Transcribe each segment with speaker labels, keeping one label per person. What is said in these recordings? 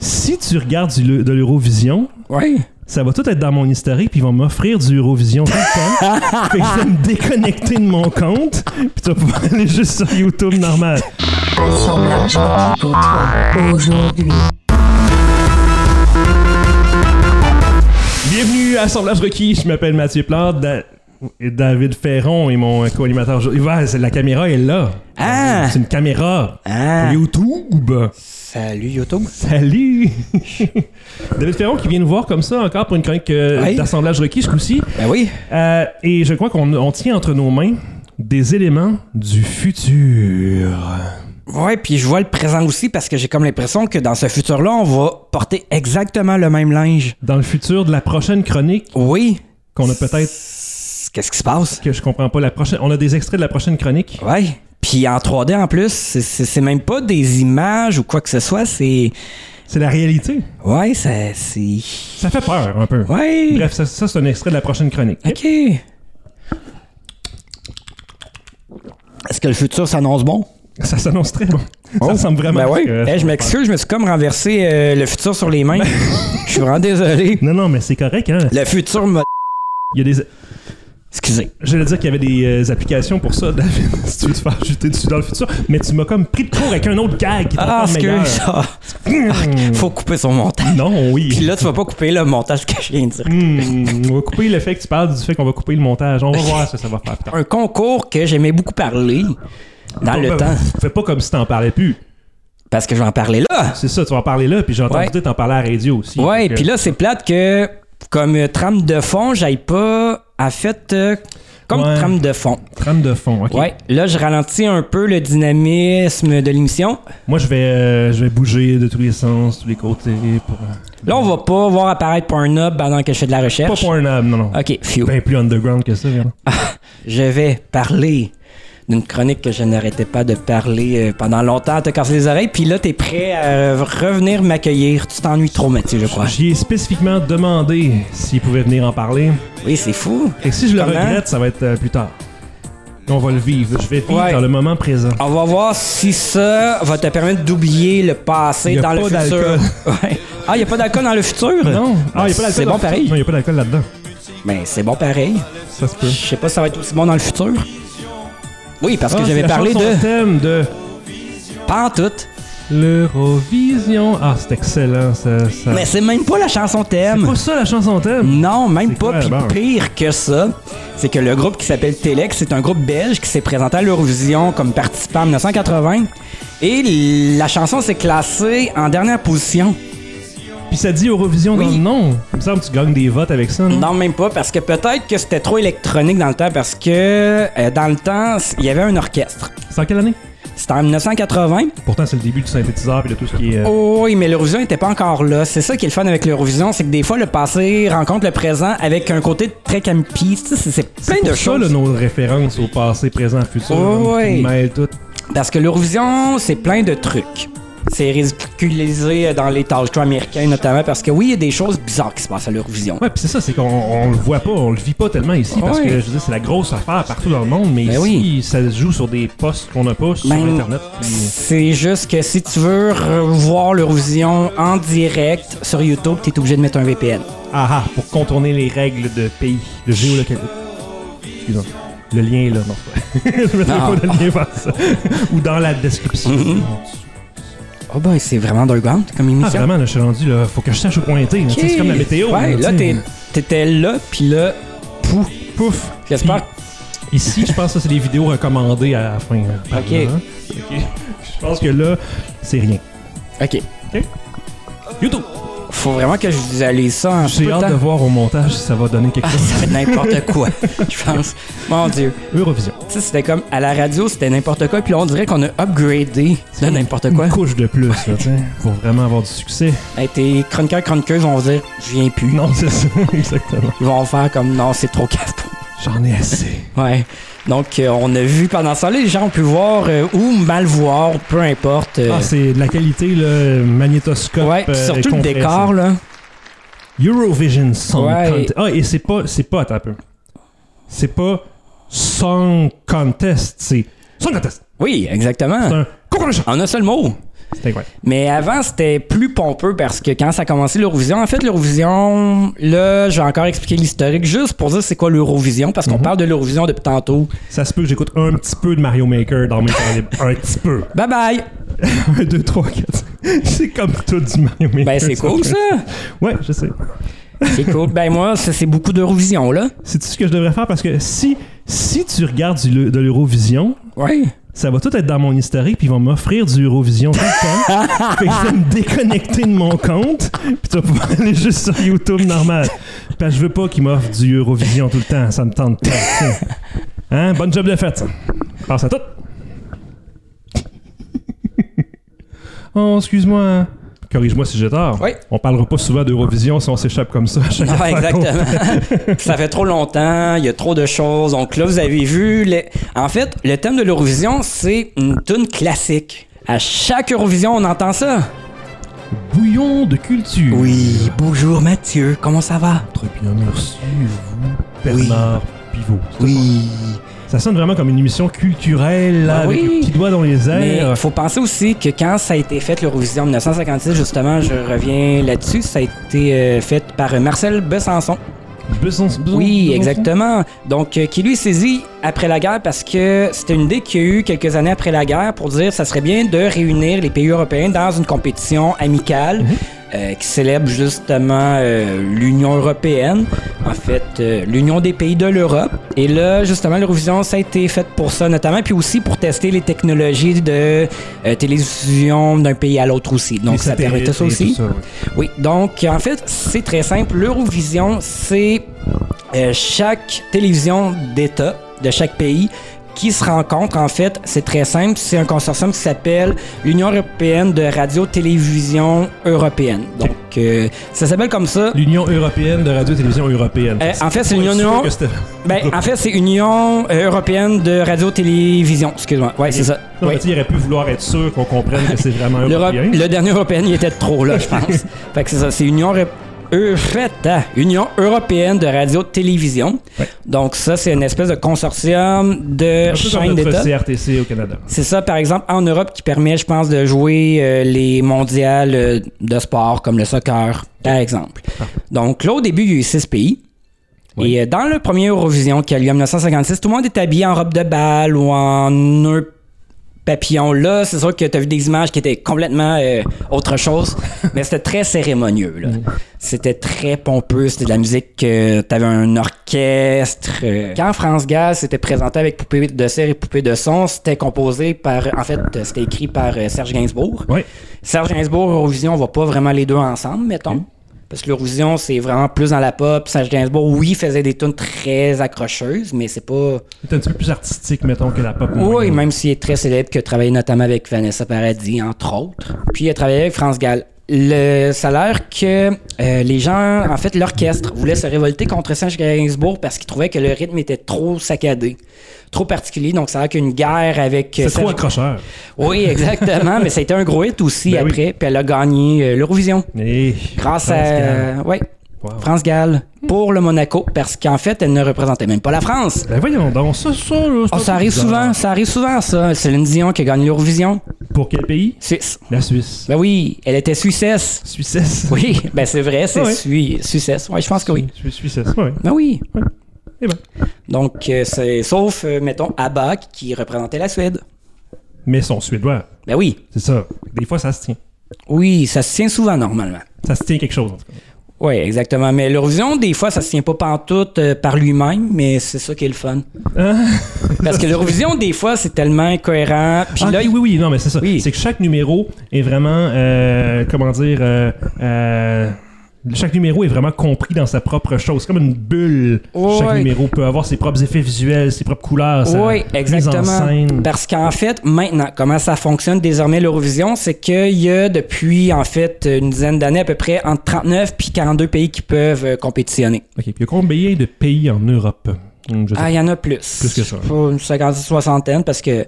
Speaker 1: si tu regardes du- de l'Eurovision,
Speaker 2: Ouais.
Speaker 1: ça va tout être dans mon historique, puis ils vont m'offrir du Eurovision tout le temps. fait que je vais me déconnecter de mon compte, puis tu vas pouvoir aller juste sur YouTube normal.
Speaker 3: Assemblage petit pour toi aujourd'hui.
Speaker 1: Bienvenue à Assemblage requis, je m'appelle Mathieu Plante, Da- et David Ferron est mon co-animateur. aujourd'hui. Ouais, c'est- la caméra est là.
Speaker 2: Ah!
Speaker 1: C'est une caméra.
Speaker 2: Ah!
Speaker 1: YouTube.
Speaker 2: Salut YouTube.
Speaker 1: Salut! David Ferron qui vient nous voir comme ça encore pour une chronique euh,
Speaker 2: Ouais.
Speaker 1: d'assemblage requis ce coup-ci.
Speaker 2: Ben oui.
Speaker 1: Euh, et je crois qu'on on tient entre nos mains des éléments du futur.
Speaker 2: Ouais, puis je vois le présent aussi parce que j'ai comme l'impression que dans ce futur-là, on va porter exactement le même linge.
Speaker 1: Dans le futur de la prochaine chronique
Speaker 2: Oui.
Speaker 1: qu'on a peut-être
Speaker 2: Qu'est-ce qui se passe?
Speaker 1: que je comprends pas la prochaine. On a des extraits de la prochaine chronique.
Speaker 2: Ouais. Puis en 3D en plus, c'est- c'est c'est même pas des images ou quoi que ce soit, c'est.
Speaker 1: C'est la réalité.
Speaker 2: Ouais, ça- c'est.
Speaker 1: Ça fait peur un peu.
Speaker 2: Ouais.
Speaker 1: Bref, ça, ça, c'est un extrait de la prochaine chronique.
Speaker 2: OK. Est-ce que le futur s'annonce bon?
Speaker 1: Ça s'annonce très bon. Oh, ça ressemble vraiment.
Speaker 2: Ben
Speaker 1: à ce
Speaker 2: oui.
Speaker 1: que-
Speaker 2: Eh, je m'excuse, je me suis comme renversé euh, le futur sur les mains. Je suis vraiment désolé.
Speaker 1: Non, non, mais c'est correct. Hein?
Speaker 2: Le futur me.
Speaker 1: Il y a des.
Speaker 2: Excusez.
Speaker 1: J'allais dire qu'il y avait des euh, applications pour ça, David, si tu veux te faire jeter dessus dans le futur, mais tu m'as comme pris de court avec un autre gag qui est
Speaker 2: Ah,
Speaker 1: encore meilleur. Hmm.
Speaker 2: excuse. Ah, faut couper son montage.
Speaker 1: Non,
Speaker 2: Puis
Speaker 1: oui.
Speaker 2: là, tu vas pas couper le montage que je viens de dire.
Speaker 1: Hmm, on va couper l'effet que tu parles du fait qu'on va couper le montage. On va voir ce que ça va faire. plus tard.
Speaker 2: Un concours que j'aimais beaucoup parler dans le
Speaker 1: Bon, ben,
Speaker 2: temps.
Speaker 1: Fais pas comme si t'en parlais plus.
Speaker 2: Parce que je vais en parler là.
Speaker 1: C'est ça, tu vas en parler là, puis j'ai entendu
Speaker 2: Ouais.
Speaker 1: dire t'en parler à la radio aussi.
Speaker 2: Ouais,
Speaker 1: Donc, euh,
Speaker 2: puis là, c'est plate que comme euh, trame de fond, j'aille pas à fait euh, comme
Speaker 1: Ouais.
Speaker 2: trame de fond.
Speaker 1: Trame de fond, ok.
Speaker 2: Ouais, là, je ralentis un peu le dynamisme de l'émission.
Speaker 1: Moi, je vais, euh, je vais bouger de tous les sens, tous les côtés. Pour, euh,
Speaker 2: Là, on va pas voir apparaître Pornhub pendant que je fais de la
Speaker 1: pas
Speaker 2: recherche.
Speaker 1: pour un homme, non, non.
Speaker 2: Ok, Ah. phew.
Speaker 1: Bien plus underground que ça, vraiment.
Speaker 2: Je vais parler d'une chronique que je n'arrêtais pas de parler euh, pendant longtemps à te casser les oreilles. Puis là, t'es prêt à euh, revenir m'accueillir. Tu t'ennuies trop, Mathieu, je crois.
Speaker 1: J'y ai spécifiquement demandé s'il pouvait venir en parler.
Speaker 2: Oui, c'est fou.
Speaker 1: Et si je le
Speaker 2: Comment?
Speaker 1: regrette, ça va être euh, plus tard. On va le vivre. Je vais vivre
Speaker 2: Ouais.
Speaker 1: dans le moment présent.
Speaker 2: On va voir si ça va te permettre d'oublier le passé
Speaker 1: Y a
Speaker 2: dans le
Speaker 1: pas
Speaker 2: futur.
Speaker 1: d'alcool.
Speaker 2: Ouais. Ah, il a pas d'alcool dans le futur? Ben,
Speaker 1: Non. Ah, il n'y a pas d'alcool.
Speaker 2: C'est bon
Speaker 1: là-dedans.
Speaker 2: pareil.
Speaker 1: Non, il n'y a pas d'alcool là-dedans.
Speaker 2: Mais c'est bon pareil.
Speaker 1: Ça se peut.
Speaker 2: Je sais pas si ça va être aussi bon dans le futur. Oui, parce que
Speaker 1: Ah, c'est
Speaker 2: j'avais
Speaker 1: la
Speaker 2: parlé
Speaker 1: chanson
Speaker 2: de
Speaker 1: thème de
Speaker 2: Pantoute.
Speaker 1: l'Eurovision. Ah, c'est excellent, ça. ça.
Speaker 2: Mais c'est même pas la chanson
Speaker 1: C'est
Speaker 2: thème.
Speaker 1: pas ça la chanson thème.
Speaker 2: Non, même
Speaker 1: C'est
Speaker 2: pas.
Speaker 1: quoi,
Speaker 2: Puis
Speaker 1: alors?
Speaker 2: pire que ça, c'est que le groupe qui s'appelle Telex, c'est un groupe belge qui s'est présenté à l'Eurovision comme participant en 1980. Et l- la chanson s'est classée en dernière position.
Speaker 1: Puis ça dit Eurovision dans
Speaker 2: Oui.
Speaker 1: le nom. Il me semble que tu gagnes des votes avec ça, non?
Speaker 2: Non, même pas, parce que peut-être que c'était trop électronique dans le temps, parce que euh, dans le temps, c- il y avait un orchestre.
Speaker 1: C'est en quelle année?
Speaker 2: C'était en 1980.
Speaker 1: Pourtant, c'est le début du synthétiseur puis de tout ce qui est. euh,
Speaker 2: Oh oui, mais l'Eurovision n'était pas encore là. C'est ça qui est le fun avec l'Eurovision, c'est que des fois, le passé rencontre le présent avec un côté très campi. Tu sais, C'est c'est plein de
Speaker 1: pour ça,
Speaker 2: choses.
Speaker 1: là, nos références au passé, présent, futur.
Speaker 2: Oh,
Speaker 1: là,
Speaker 2: ouais.
Speaker 1: qui mêlent tout.
Speaker 2: Parce que l'Eurovision, c'est plein de trucs. C'est ridiculisé dans les talk shows américains, notamment, parce que oui, il y a des choses bizarres qui se passent à l'Eurovision.
Speaker 1: Ouais, puis c'est ça, c'est qu'on on le voit pas, on le vit pas tellement ici, parce
Speaker 2: Ouais.
Speaker 1: que je veux dire, c'est la grosse affaire partout dans le monde, mais
Speaker 2: Ben
Speaker 1: ici,
Speaker 2: oui.
Speaker 1: ça se joue sur des postes qu'on n'a pas sur
Speaker 2: Ben,
Speaker 1: Internet. puis-
Speaker 2: C'est juste que si tu veux revoir l'Eurovision en direct sur YouTube, t'es obligé de mettre un VPN.
Speaker 1: Ah ah, pour contourner les règles de pays, de géolocal. Excusez-moi. Le lien est là, non. je mettrai
Speaker 2: Non. Mm-hmm.
Speaker 1: pas de lien vers ça. Ou dans la description.
Speaker 2: Oh ben, c'est vraiment underground comme
Speaker 1: Ah,
Speaker 2: émission.
Speaker 1: vraiment, là, je suis rendu, là, faut que je sache où pointer. là, tu sais, C'est comme la météo.
Speaker 2: Ouais, là,
Speaker 1: tu sais.
Speaker 2: t'es- t'étais là, puis là, pouf.
Speaker 1: Pouf!
Speaker 2: J'espère.
Speaker 1: Puis, Ici, je pense que ça, c'est des vidéos recommandées à la fin. hein, par
Speaker 2: Ok.
Speaker 1: là, hein. Ok. Je pense que là, c'est rien.
Speaker 2: OK.
Speaker 1: YouTube!
Speaker 2: Faut vraiment que je visualise ça en peu
Speaker 1: J'ai
Speaker 2: de
Speaker 1: hâte
Speaker 2: temps.
Speaker 1: de voir au montage si ça va donner quelque
Speaker 2: Ah,
Speaker 1: chose.
Speaker 2: ça va être n'importe quoi, je pense. Mon Dieu.
Speaker 1: Eurovision.
Speaker 2: Tu sais, c'était comme à la radio, c'était n'importe quoi, puis là, on dirait qu'on a upgradé de n'importe quoi.
Speaker 1: Une couche de plus, là, tu sais, pour vraiment avoir du succès.
Speaker 2: Hey, tes chroniqueurs, chroniqueuses vont dire, je viens plus.
Speaker 1: Non, c'est ça, exactement.
Speaker 2: Ils vont faire comme, non, c'est trop casse
Speaker 1: J'en ai assez.
Speaker 2: Ouais. Donc, euh, on a vu pendant ça, les gens ont pu voir euh, ou mal voir, peu importe. euh,
Speaker 1: Ah, c'est de la qualité, le magnétoscope.
Speaker 2: ouais, puis
Speaker 1: euh,
Speaker 2: surtout le
Speaker 1: compressé.
Speaker 2: décor, là.
Speaker 1: Eurovision Song
Speaker 2: Ouais.
Speaker 1: Contest. Ah, et c'est pas. C'est pas, attends un peu. C'est pas Song Contest, c'est. Song Contest!
Speaker 2: Oui, exactement.
Speaker 1: C'est un concours de chant.
Speaker 2: En un seul mot.
Speaker 1: C'était incroyable.
Speaker 2: Mais avant, c'était plus pompeux parce que quand ça a commencé l'Eurovision, en fait, l'Eurovision, là, je vais encore expliquer l'historique juste pour dire c'est quoi l'Eurovision parce
Speaker 1: Mm-hmm.
Speaker 2: qu'on parle de l'Eurovision depuis tantôt.
Speaker 1: Ça se peut que j'écoute un petit peu de Mario Maker dans mes temps libres. Un petit peu.
Speaker 2: Bye bye!
Speaker 1: 1, 2, 3, 4. C'est comme tout du Mario Maker.
Speaker 2: Ben, c'est cool, ça!
Speaker 1: Ouais, je sais.
Speaker 2: C'est cool. Ben, moi, ça, c'est beaucoup d'Eurovision, là.
Speaker 1: C'est-tu ce que je devrais faire? Parce que si, si tu regardes du le- de l'Eurovision,
Speaker 2: Oui.
Speaker 1: ça va tout être dans mon historique, puis ils vont m'offrir du Eurovision tout le temps. fait que je vais me déconnecter de mon compte, puis tu vas pouvoir aller juste sur YouTube normal. Parce que je veux pas qu'ils m'offrent du Eurovision tout le temps, ça me tente pas. ça. Hein? Bonne job de fête, ça. Passe à tout. oh, excuse-moi. Corrige-moi si j'ai tort.
Speaker 2: Oui.
Speaker 1: On parlera pas souvent d'Eurovision si on s'échappe comme ça. à chaque
Speaker 2: Ah,
Speaker 1: affaire qu'on
Speaker 2: exactement. ça fait trop longtemps, il y a trop de choses. Donc là, vous avez vu. le- En fait, le thème de l'Eurovision, c'est une tune classique. À chaque Eurovision, on entend ça.
Speaker 1: Bouillon de culture.
Speaker 2: Oui, bonjour Mathieu, comment ça va?
Speaker 1: Très bien, merci. et Vous, Bernard Pivot.
Speaker 2: Oui.
Speaker 1: Ça sonne vraiment comme une émission culturelle, là,
Speaker 2: Ah
Speaker 1: avec
Speaker 2: oui.
Speaker 1: le petit doigt dans les
Speaker 2: Mais
Speaker 1: airs.
Speaker 2: il faut penser aussi que quand ça a été fait, l'Eurovision en 1956, justement, je reviens là-dessus, ça a été euh, fait par euh, Marcel Besançon.
Speaker 1: Beson- Beson-
Speaker 2: Oui,
Speaker 1: Beson-
Speaker 2: exactement. Donc, euh, qui lui saisit après la guerre parce que c'était une idée qu'il y a eu quelques années après la guerre pour dire que ça serait bien de réunir les pays européens dans une compétition amicale euh, qui célèbre justement euh, l'Union européenne, en fait, euh, l'Union des pays de l'Europe. Et là, justement, l'Eurovision, ça a été fait pour ça notamment, puis aussi pour tester les technologies de euh, télévision d'un pays à l'autre aussi.
Speaker 1: Les
Speaker 2: Donc, ça
Speaker 1: satellites
Speaker 2: permettait ça
Speaker 1: et
Speaker 2: aussi.
Speaker 1: tout oui.
Speaker 2: Oui, donc en fait, c'est très simple. L'Eurovision, c'est euh, chaque télévision d'État de chaque pays qui se rencontre. En fait, c'est très simple. C'est un consortium qui s'appelle l'Union européenne de radio-télévision européenne. Donc, euh, ça s'appelle comme ça.
Speaker 1: L'Union européenne de radio-télévision européenne.
Speaker 2: Euh, en fait, c'est l'Union-
Speaker 1: sûr que c'était-
Speaker 2: Ben, en fait, c'est Union euh, européenne de radio-télévision. Excuse-moi. Ouais, c'est ça.
Speaker 1: Non,
Speaker 2: Ouais.
Speaker 1: mais tu sais, il aurait pu vouloir être sûr qu'on comprenne que c'est vraiment
Speaker 2: L'Europe-
Speaker 1: européen.
Speaker 2: le dernier européen, il était trop là, je pense. fait que c'est ça, c'est Union, Europ- Eu- fait, hein, Union européenne de radio-télévision.
Speaker 1: Ouais.
Speaker 2: Donc ça, c'est une espèce de consortium de
Speaker 1: Un peu comme
Speaker 2: chaînes
Speaker 1: notre
Speaker 2: d'État.
Speaker 1: CRTC au Canada.
Speaker 2: C'est ça, par exemple, en Europe, qui permet, je pense, de jouer euh, les mondiales euh, de sport, comme le soccer, par exemple. Donc là, au début, il y a eu six pays.
Speaker 1: Oui.
Speaker 2: Et euh, dans le premier Eurovision qui a lieu en 1956, tout le monde est habillé en robe de bal ou en nœud papillon. Là, c'est sûr que tu as vu des images qui étaient complètement euh, autre chose, mais c'était très cérémonieux. là. C'était très pompeux, c'était de la musique, euh, t'avais un orchestre. euh. Quand France Gall s'était présenté avec Poupée de serre et Poupée de son, c'était composé par, en fait, euh, c'était écrit par euh, Serge Gainsbourg.
Speaker 1: Oui.
Speaker 2: Serge Gainsbourg, Eurovision, on va pas vraiment les deux ensemble, mettons.
Speaker 1: Hmm.
Speaker 2: Parce que l'Eurovision, c'est vraiment plus dans la pop. Serge Gainsbourg, oui, faisait des tunes très accrocheuses, mais c'est pas.
Speaker 1: C'est un petit peu plus artistique, mettons, que la pop.
Speaker 2: Oui, même s'il est très célèbre, qu'il a travaillé notamment avec Vanessa Paradis, entre autres. Puis il a travaillé avec France Gall. Le, ça a l'air que euh, les gens, en fait, l'orchestre voulait se révolter contre Serge Gainsbourg parce qu'ils trouvaient que le rythme était trop saccadé, trop particulier. Donc, ça a l'air qu'une guerre avec. euh,
Speaker 1: C'est trop
Speaker 2: Serge-
Speaker 1: accrocheur.
Speaker 2: Oui, exactement, mais ça a été un gros hit aussi
Speaker 1: Ben oui.
Speaker 2: après. Puis elle a gagné euh, l'Eurovision.
Speaker 1: Et-
Speaker 2: Grâce à.
Speaker 1: France Gall.
Speaker 2: ouais,
Speaker 1: Wow.
Speaker 2: France Gall pour le Monaco parce qu'en fait, elle ne représentait même pas la France.
Speaker 1: Ben voyons donc, ça, ça, là, c'est
Speaker 2: Ah,
Speaker 1: un peu
Speaker 2: ça arrive
Speaker 1: bizarre.
Speaker 2: souvent, ça arrive souvent, ça. Céline Dion qui a gagné l'Eurovision.
Speaker 1: Pour quel pays?
Speaker 2: Suisse.
Speaker 1: La Suisse.
Speaker 2: Ben oui, elle était Suissesse.
Speaker 1: Suissesse.
Speaker 2: Oui, ben c'est vrai, c'est
Speaker 1: Ah ouais.
Speaker 2: Sui- Suissesse. Oui, je pense que oui.
Speaker 1: Su- Suissesse, oui.
Speaker 2: Ben oui.
Speaker 1: Eh ben.
Speaker 2: Donc, euh, c'est sauf, euh, mettons, Abba qui représentait la Suède.
Speaker 1: Mais ils sont suédois,
Speaker 2: Ben oui.
Speaker 1: c'est ça. Des fois, ça se tient.
Speaker 2: Oui, ça se tient souvent normalement.
Speaker 1: Ça se tient quelque chose, en tout cas.
Speaker 2: Oui, exactement. Mais l'Eurovision, des fois, ça se tient pas pantoute euh, par lui-même, mais c'est ça qui est le fun. Parce que l'Eurovision, des fois, c'est tellement incohérent. Puis
Speaker 1: Ah,
Speaker 2: là,
Speaker 1: oui, oui, oui, non, mais c'est ça.
Speaker 2: Oui.
Speaker 1: C'est que chaque numéro est vraiment, euh, comment dire, euh, euh, chaque numéro est vraiment compris dans sa propre chose. C'est comme une bulle.
Speaker 2: Ouais.
Speaker 1: Chaque numéro peut avoir ses propres effets visuels, ses propres couleurs, sa
Speaker 2: Oui,
Speaker 1: mise en
Speaker 2: exactement. Bah.
Speaker 1: scène.
Speaker 2: Parce qu'en fait, maintenant, comment ça fonctionne désormais l'Eurovision, c'est qu'il y a depuis, en fait, une dizaine d'années à peu près, entre 39 puis 42 pays qui peuvent euh, compétitionner.
Speaker 1: Ok, puis il y a combien de pays en Europe Hum, je sais
Speaker 2: Ah, il y en a plus.
Speaker 1: Plus que ça.
Speaker 2: Je sais pas, Une cinquantaine, soixantaine, parce que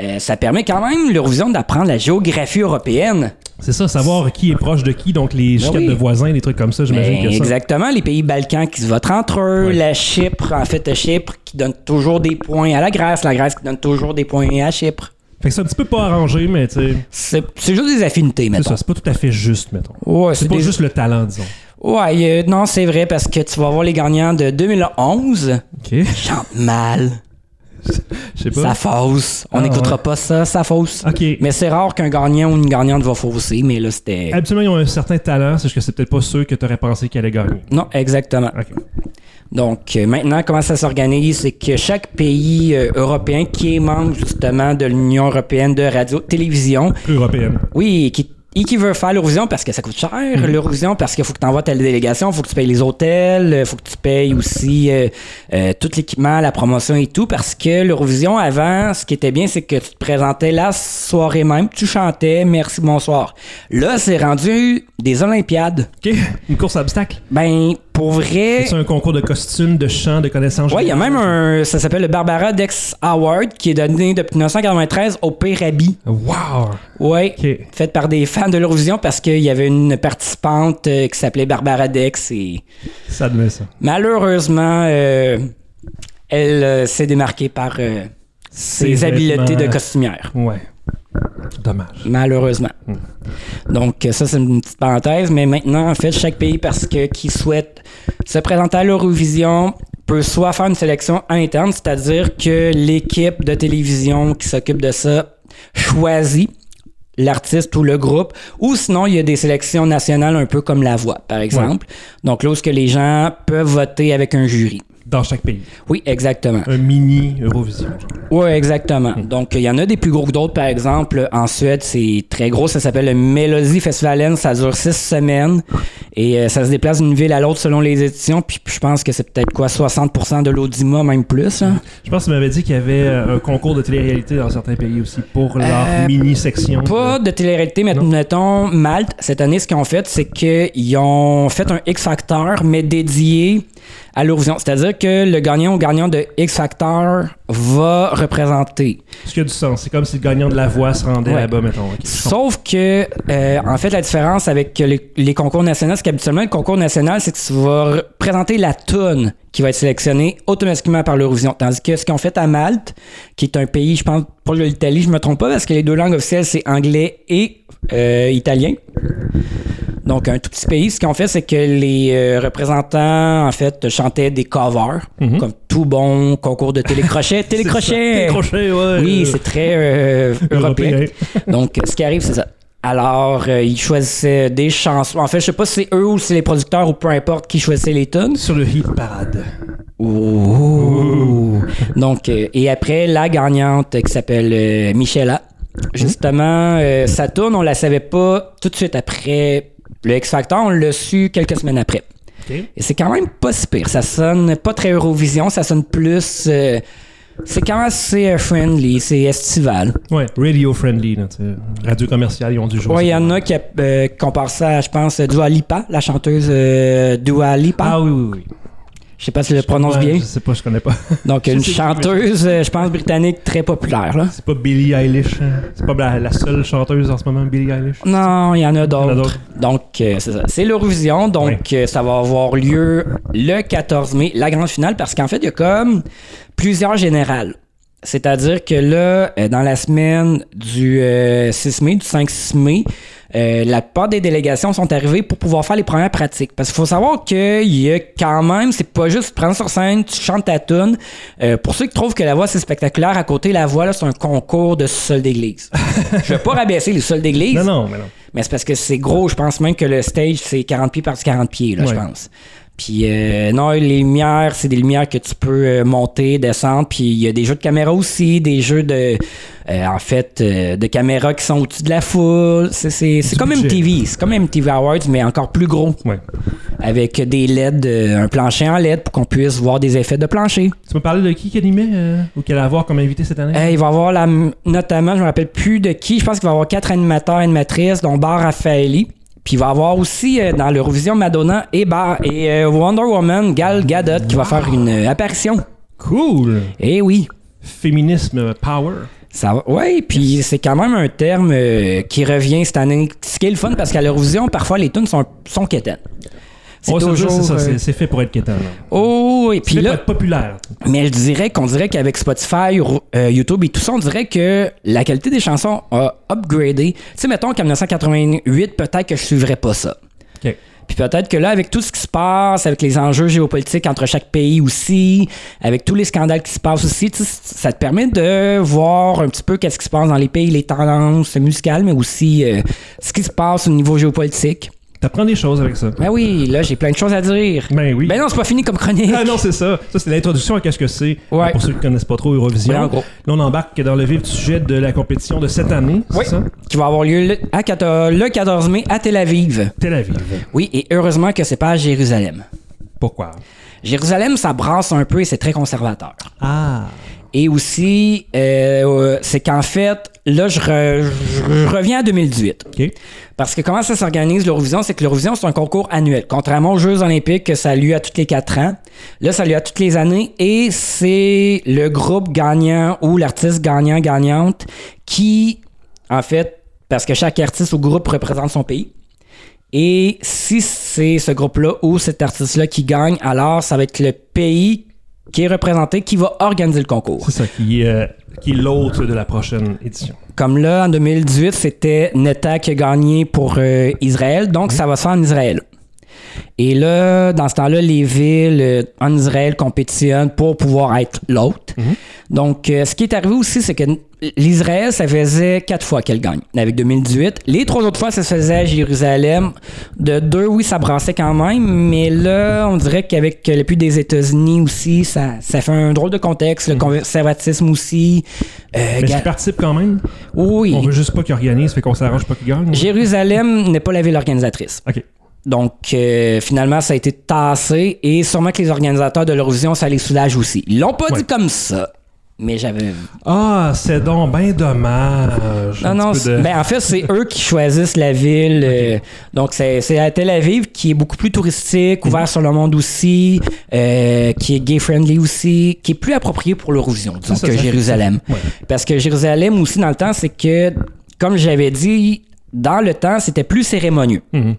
Speaker 2: euh, ça permet quand même l'Eurovision d'apprendre la géographie européenne.
Speaker 1: C'est ça, savoir qui est proche de qui, donc les chicanes
Speaker 2: Ben oui.
Speaker 1: de voisins, des trucs comme ça, j'imagine
Speaker 2: Ben,
Speaker 1: que ça.
Speaker 2: exactement, les pays balkans qui se votent entre eux,
Speaker 1: Ouais.
Speaker 2: la Chypre, en fait, Chypre qui donne toujours des points à la Grèce, la Grèce qui donne toujours des points à Chypre.
Speaker 1: Fait que c'est un petit peu pas arrangé, mais tu sais,
Speaker 2: C'est c'est juste des affinités,
Speaker 1: c'est
Speaker 2: mettons.
Speaker 1: ça, c'est pas tout à fait juste, mettons.
Speaker 2: Ouais,
Speaker 1: C'est pas
Speaker 2: des-
Speaker 1: juste le talent, disons.
Speaker 2: Ouais, euh, non, c'est vrai, parce que tu vas voir les gagnants de 2011.
Speaker 1: OK.
Speaker 2: Chante mal.
Speaker 1: Je sais
Speaker 2: Ça
Speaker 1: pas.
Speaker 2: fausse. On
Speaker 1: Ah,
Speaker 2: n'écoutera
Speaker 1: ouais.
Speaker 2: pas ça, ça fausse.
Speaker 1: OK.
Speaker 2: Mais c'est rare qu'un gagnant ou une gagnante va fausser, mais là, c'était.
Speaker 1: Absolument, ils ont un certain talent, c'est juste que c'est peut-être pas ceux que t'aurais pensé qu'ils allaient gagner.
Speaker 2: Non, exactement.
Speaker 1: OK.
Speaker 2: Donc, euh, maintenant, comment ça s'organise? C'est que chaque pays euh, européen qui est membre justement de l'Union européenne de radio-télévision,
Speaker 1: Européenne.
Speaker 2: oui, et qui, et qui veut faire l'Eurovision parce que ça coûte cher, l'Eurovision parce qu'il faut que tu envoies telle délégation, il faut que tu payes les hôtels, il faut que tu payes aussi euh, euh, tout l'équipement, la promotion et tout, parce que l'Eurovision, avant, ce qui était bien, c'est que tu te présentais la soirée même, tu chantais, merci, bonsoir. Là, c'est rendu des Olympiades.
Speaker 1: OK. Une course à obstacles.
Speaker 2: Ben, pour vrai...
Speaker 1: C'est un concours de costumes, de chants, de connaissances.
Speaker 2: Ouais, il y a même un. Ça s'appelle le Barbara Dex Award qui est donné depuis 1993 au Pérabi.
Speaker 1: Wow!
Speaker 2: Ouais.
Speaker 1: OK.
Speaker 2: Fait par des fans de l'Eurovision parce qu'il y avait une participante euh, qui s'appelait Barbara Dex et
Speaker 1: Ça devait ça.
Speaker 2: malheureusement, euh, elle euh, s'est démarquée par euh, ses,
Speaker 1: Ses
Speaker 2: habiletés de
Speaker 1: vêtements.
Speaker 2: costumière.
Speaker 1: Ouais. Dommage.
Speaker 2: Malheureusement. Donc, euh, ça, c'est une petite parenthèse. Mais maintenant, en fait, chaque pays, parce que qui souhaite se présenter à l'Eurovision, peut soit faire une sélection interne, c'est-à-dire que l'équipe de télévision qui s'occupe de ça choisit l'artiste ou le groupe, ou sinon il y a des sélections nationales un peu comme La Voix, par exemple. Donc là où ce que les gens peuvent voter avec un jury.
Speaker 1: Dans chaque pays.
Speaker 2: Oui, exactement.
Speaker 1: Un mini Eurovision. genre.
Speaker 2: Oui, exactement. Donc, il y en a des plus gros que d'autres. Par exemple, en Suède, c'est très gros. Ça s'appelle le Melody Festivalen. Ça dure six semaines. Et euh, ça se déplace d'une ville à l'autre selon les éditions. Puis, je pense que c'est peut-être quoi, 60 de l'audimat, même plus. hein.
Speaker 1: Je pense que tu m'avais dit qu'il y avait euh, un concours de télé-réalité dans certains pays aussi pour leur
Speaker 2: Euh,
Speaker 1: mini-section.
Speaker 2: Pas de télé-réalité, mais
Speaker 1: Non.
Speaker 2: mettons, Malte, cette année, ce qu'ils ont fait, c'est qu'ils ont fait un X Factor, mais dédié à l'Eurovision. C'est-à-dire que le gagnant ou gagnant de X Factor va représenter.
Speaker 1: Ce qui a du sens. C'est comme si le gagnant de la voix se rendait
Speaker 2: Ouais.
Speaker 1: là-bas, mettons. Ok.
Speaker 2: Sauf que, euh, en fait, la différence avec les, les concours nationaux, c'est qu'habituellement, le concours national, c'est que tu vas re- présenter la tonne qui va être sélectionnée automatiquement par l'Eurovision. Tandis que ce qu'on fait à Malte, qui est un pays, je pense, pour l'Italie, je me trompe pas, parce que les deux langues officielles, c'est anglais et euh, italien. Donc, un tout petit pays, ce qu'on fait, c'est que les euh, représentants, en fait, chantaient des covers,
Speaker 1: Mhm.
Speaker 2: comme tout bon concours de télécrochet.
Speaker 1: C'est ça.
Speaker 2: télécrochet!
Speaker 1: Télécrochet, ouais.
Speaker 2: Oui,
Speaker 1: Euh,
Speaker 2: c'est très euh, européen. Donc, euh, ce qui arrive, c'est ça. Alors, euh, ils choisissaient des chansons. En fait, je sais pas si c'est eux ou si c'est les producteurs ou peu importe qui choisissaient les tunes.
Speaker 1: Sur le hit parade.
Speaker 2: Ouh. Donc, euh, et après, la gagnante euh, qui s'appelle euh, Michela. Justement, euh, sa tune, on la savait pas tout de suite après le X Factor. On l'a su quelques semaines après.
Speaker 1: OK.
Speaker 2: Et c'est quand même pas si pire. Ça sonne pas très Eurovision. Ça sonne plus... euh, c'est quand même assez euh, friendly. C'est estival.
Speaker 1: Ouais, radio friendly. là, tu sais. radio commerciale, ils ont du jouer.
Speaker 2: Ouais, il y en a qui euh, comparent ça à, je pense, Dua Lipa, la chanteuse euh, Dua Lipa.
Speaker 1: Ah oui, oui, oui.
Speaker 2: Je sais pas si je le prononce
Speaker 1: Ouais,
Speaker 2: bien.
Speaker 1: Je sais pas, je connais pas.
Speaker 2: Donc,
Speaker 1: Je
Speaker 2: une
Speaker 1: sais qui,
Speaker 2: chanteuse, euh, je pense, britannique très populaire. Là.
Speaker 1: C'est pas Billie Eilish. hein. C'est pas la, la seule chanteuse en ce moment, Billie Eilish.
Speaker 2: Non, il y en
Speaker 1: Il y
Speaker 2: a
Speaker 1: en a
Speaker 2: d'autres.
Speaker 1: d'autres.
Speaker 2: Donc, euh, c'est ça. C'est l'Eurovision. Donc, euh, ça va avoir lieu le 14 mai, la grande finale, parce qu'en fait, il y a comme plusieurs générales. C'est-à-dire que là, euh, dans la semaine du euh, 6 mai, du 5-6 mai, euh, la plupart des délégations sont arrivées pour pouvoir faire les premières pratiques. Parce qu'il faut savoir qu'il y a quand même, c'est pas juste tu te prends sur scène, tu chantes ta tune. Euh, pour ceux qui trouvent que la voix c'est spectaculaire, à côté, la voix, là, c'est un concours de sol d'église. Je vais pas rabaisser les sols d'église.
Speaker 1: Non, non, mais non.
Speaker 2: Mais c'est parce que c'est gros. Je pense même que le stage, c'est 40 pieds par 40 pieds, là, je
Speaker 1: Ouais.
Speaker 2: pense. Puis, euh, non, les lumières, c'est des lumières que tu peux euh, monter, descendre. Puis, il y a des jeux de caméra aussi, des jeux de. euh, en fait, euh, de caméras qui sont au-dessus de la foule. C'est- C'est c'est
Speaker 1: Du
Speaker 2: comme
Speaker 1: budget.
Speaker 2: MTV. C'est comme MTV Awards, mais encore plus gros.
Speaker 1: Ouais.
Speaker 2: Avec des LED, euh, un plancher en LED pour qu'on puisse voir des effets de plancher.
Speaker 1: Tu me parlais de qui qui animait euh, ou qu'elle allait avoir comme invité cette année?
Speaker 2: Euh, il va y avoir la, notamment, je me rappelle plus de qui, je pense qu'il va y avoir quatre animateurs et animatrices, dont Bar Raffaelli. Puis il va y avoir aussi euh, dans l'Eurovision Madonna et, Bar, et euh, Wonder Woman Gal Gadot qui va faire une euh, apparition.
Speaker 1: Cool!
Speaker 2: Eh oui.
Speaker 1: Féminisme euh, power.
Speaker 2: Ça va. Oui, puis c'est quand même un terme euh, qui revient cette année. Ce qui est le fun parce qu'à l'Eurovision, parfois les tunes sont, sont quétaines. C'est
Speaker 1: Oh, ça,
Speaker 2: toujours.
Speaker 1: c'est ça,
Speaker 2: euh,
Speaker 1: c'est- c'est fait pour être quétant. là.
Speaker 2: Oh, et
Speaker 1: C'est
Speaker 2: puis
Speaker 1: fait pour
Speaker 2: là,
Speaker 1: être populaire.
Speaker 2: mais je dirais qu'on dirait qu'avec Spotify, rou- euh, YouTube et tout ça, on dirait que la qualité des chansons a upgradé. Tu sais, mettons qu'en 1988, peut-être que je suivrais pas ça.
Speaker 1: OK.
Speaker 2: Puis peut-être que là, avec tout ce qui se passe, avec les enjeux géopolitiques entre chaque pays aussi, avec tous les scandales qui se passent aussi, tu sais, ça te permet de voir un petit peu qu'est-ce qui se passe dans les pays, les tendances musicales, mais aussi euh, ce qui se passe au niveau géopolitique.
Speaker 1: T'apprends des choses avec ça.
Speaker 2: Ben oui, là, j'ai plein de choses à dire.
Speaker 1: Ben oui.
Speaker 2: Ben non, c'est pas fini comme chronique.
Speaker 1: Ah non, c'est ça. Ça, c'est l'introduction à qu'est-ce que c'est.
Speaker 2: Ouais.
Speaker 1: Pour ceux qui connaissent pas trop Eurovision.
Speaker 2: Ouais, en gros.
Speaker 1: Là, on embarque dans le vif du sujet de la compétition de cette année. c'est
Speaker 2: Oui,
Speaker 1: ça?
Speaker 2: qui va avoir lieu le, à 14, le 14 mai à Tel Aviv.
Speaker 1: Tel Aviv.
Speaker 2: Oui, et heureusement que c'est pas à Jérusalem.
Speaker 1: Pourquoi?
Speaker 2: Jérusalem, ça brasse un peu et c'est très conservateur.
Speaker 1: Ah.
Speaker 2: Et aussi, euh, euh, c'est qu'en fait, là, je, re- je reviens à 2018.
Speaker 1: OK.
Speaker 2: Parce que comment ça s'organise, l'Eurovision, c'est que l'Eurovision, c'est un concours annuel. Contrairement aux Jeux olympiques, que ça a lieu à tous les quatre ans, là, ça a lieu à toutes les années et c'est le groupe gagnant ou l'artiste gagnant-gagnante qui, en fait, parce que chaque artiste ou groupe représente son pays. Et si c'est ce groupe-là ou cet artiste-là qui gagne, alors ça va être le pays qui est représenté qui va organiser le concours.
Speaker 1: C'est ça qui, euh, qui est l'autre de la prochaine édition.
Speaker 2: Comme là, en 2018, c'était Neta qui a gagné pour euh, Israël, donc ça va se faire en Israël. Et là, dans ce temps-là, les villes euh, en Israël compétitionnent pour pouvoir être l'hôte.
Speaker 1: Mhm.
Speaker 2: Donc, euh, ce qui est arrivé aussi, c'est que l'Israël, ça faisait quatre fois qu'elle gagne, avec 2018. Les trois autres fois, ça se faisait à Jérusalem. De deux, oui, ça brassait quand même, mais là, on dirait qu'avec le plus des États-Unis aussi, ça, ça fait un drôle de contexte, le conservatisme aussi. Euh,
Speaker 1: Mhm. Mais
Speaker 2: ga-
Speaker 1: ils participent quand même.
Speaker 2: oui.
Speaker 1: On veut juste pas qu'ils organisent, fait qu'on s'arrange pas qu'ils gagnent.
Speaker 2: Jérusalem n'est pas la ville organisatrice.
Speaker 1: OK.
Speaker 2: Donc, euh, finalement, ça a été tassé et sûrement que les organisateurs de l'Eurovision, ça les soulage aussi. Ils l'ont pas
Speaker 1: Ouais.
Speaker 2: dit comme ça, mais j'avais.
Speaker 1: Ah, c'est donc ben dommage.
Speaker 2: Non,
Speaker 1: Un
Speaker 2: non,
Speaker 1: petit peu
Speaker 2: c'est-
Speaker 1: de-
Speaker 2: ben, en fait, c'est eux qui choisissent la ville. euh, donc, c'est c'est à Tel Aviv qui est beaucoup plus touristique,
Speaker 1: Mhm.
Speaker 2: ouvert sur le monde aussi, euh, qui est gay-friendly aussi, qui est plus approprié pour l'Eurovision, disons,
Speaker 1: ça,
Speaker 2: que
Speaker 1: ça fait-
Speaker 2: Jérusalem.
Speaker 1: Ouais.
Speaker 2: Parce que Jérusalem aussi, dans le temps, c'est que, comme j'avais dit, dans le temps, c'était plus cérémonieux.
Speaker 1: Mhm.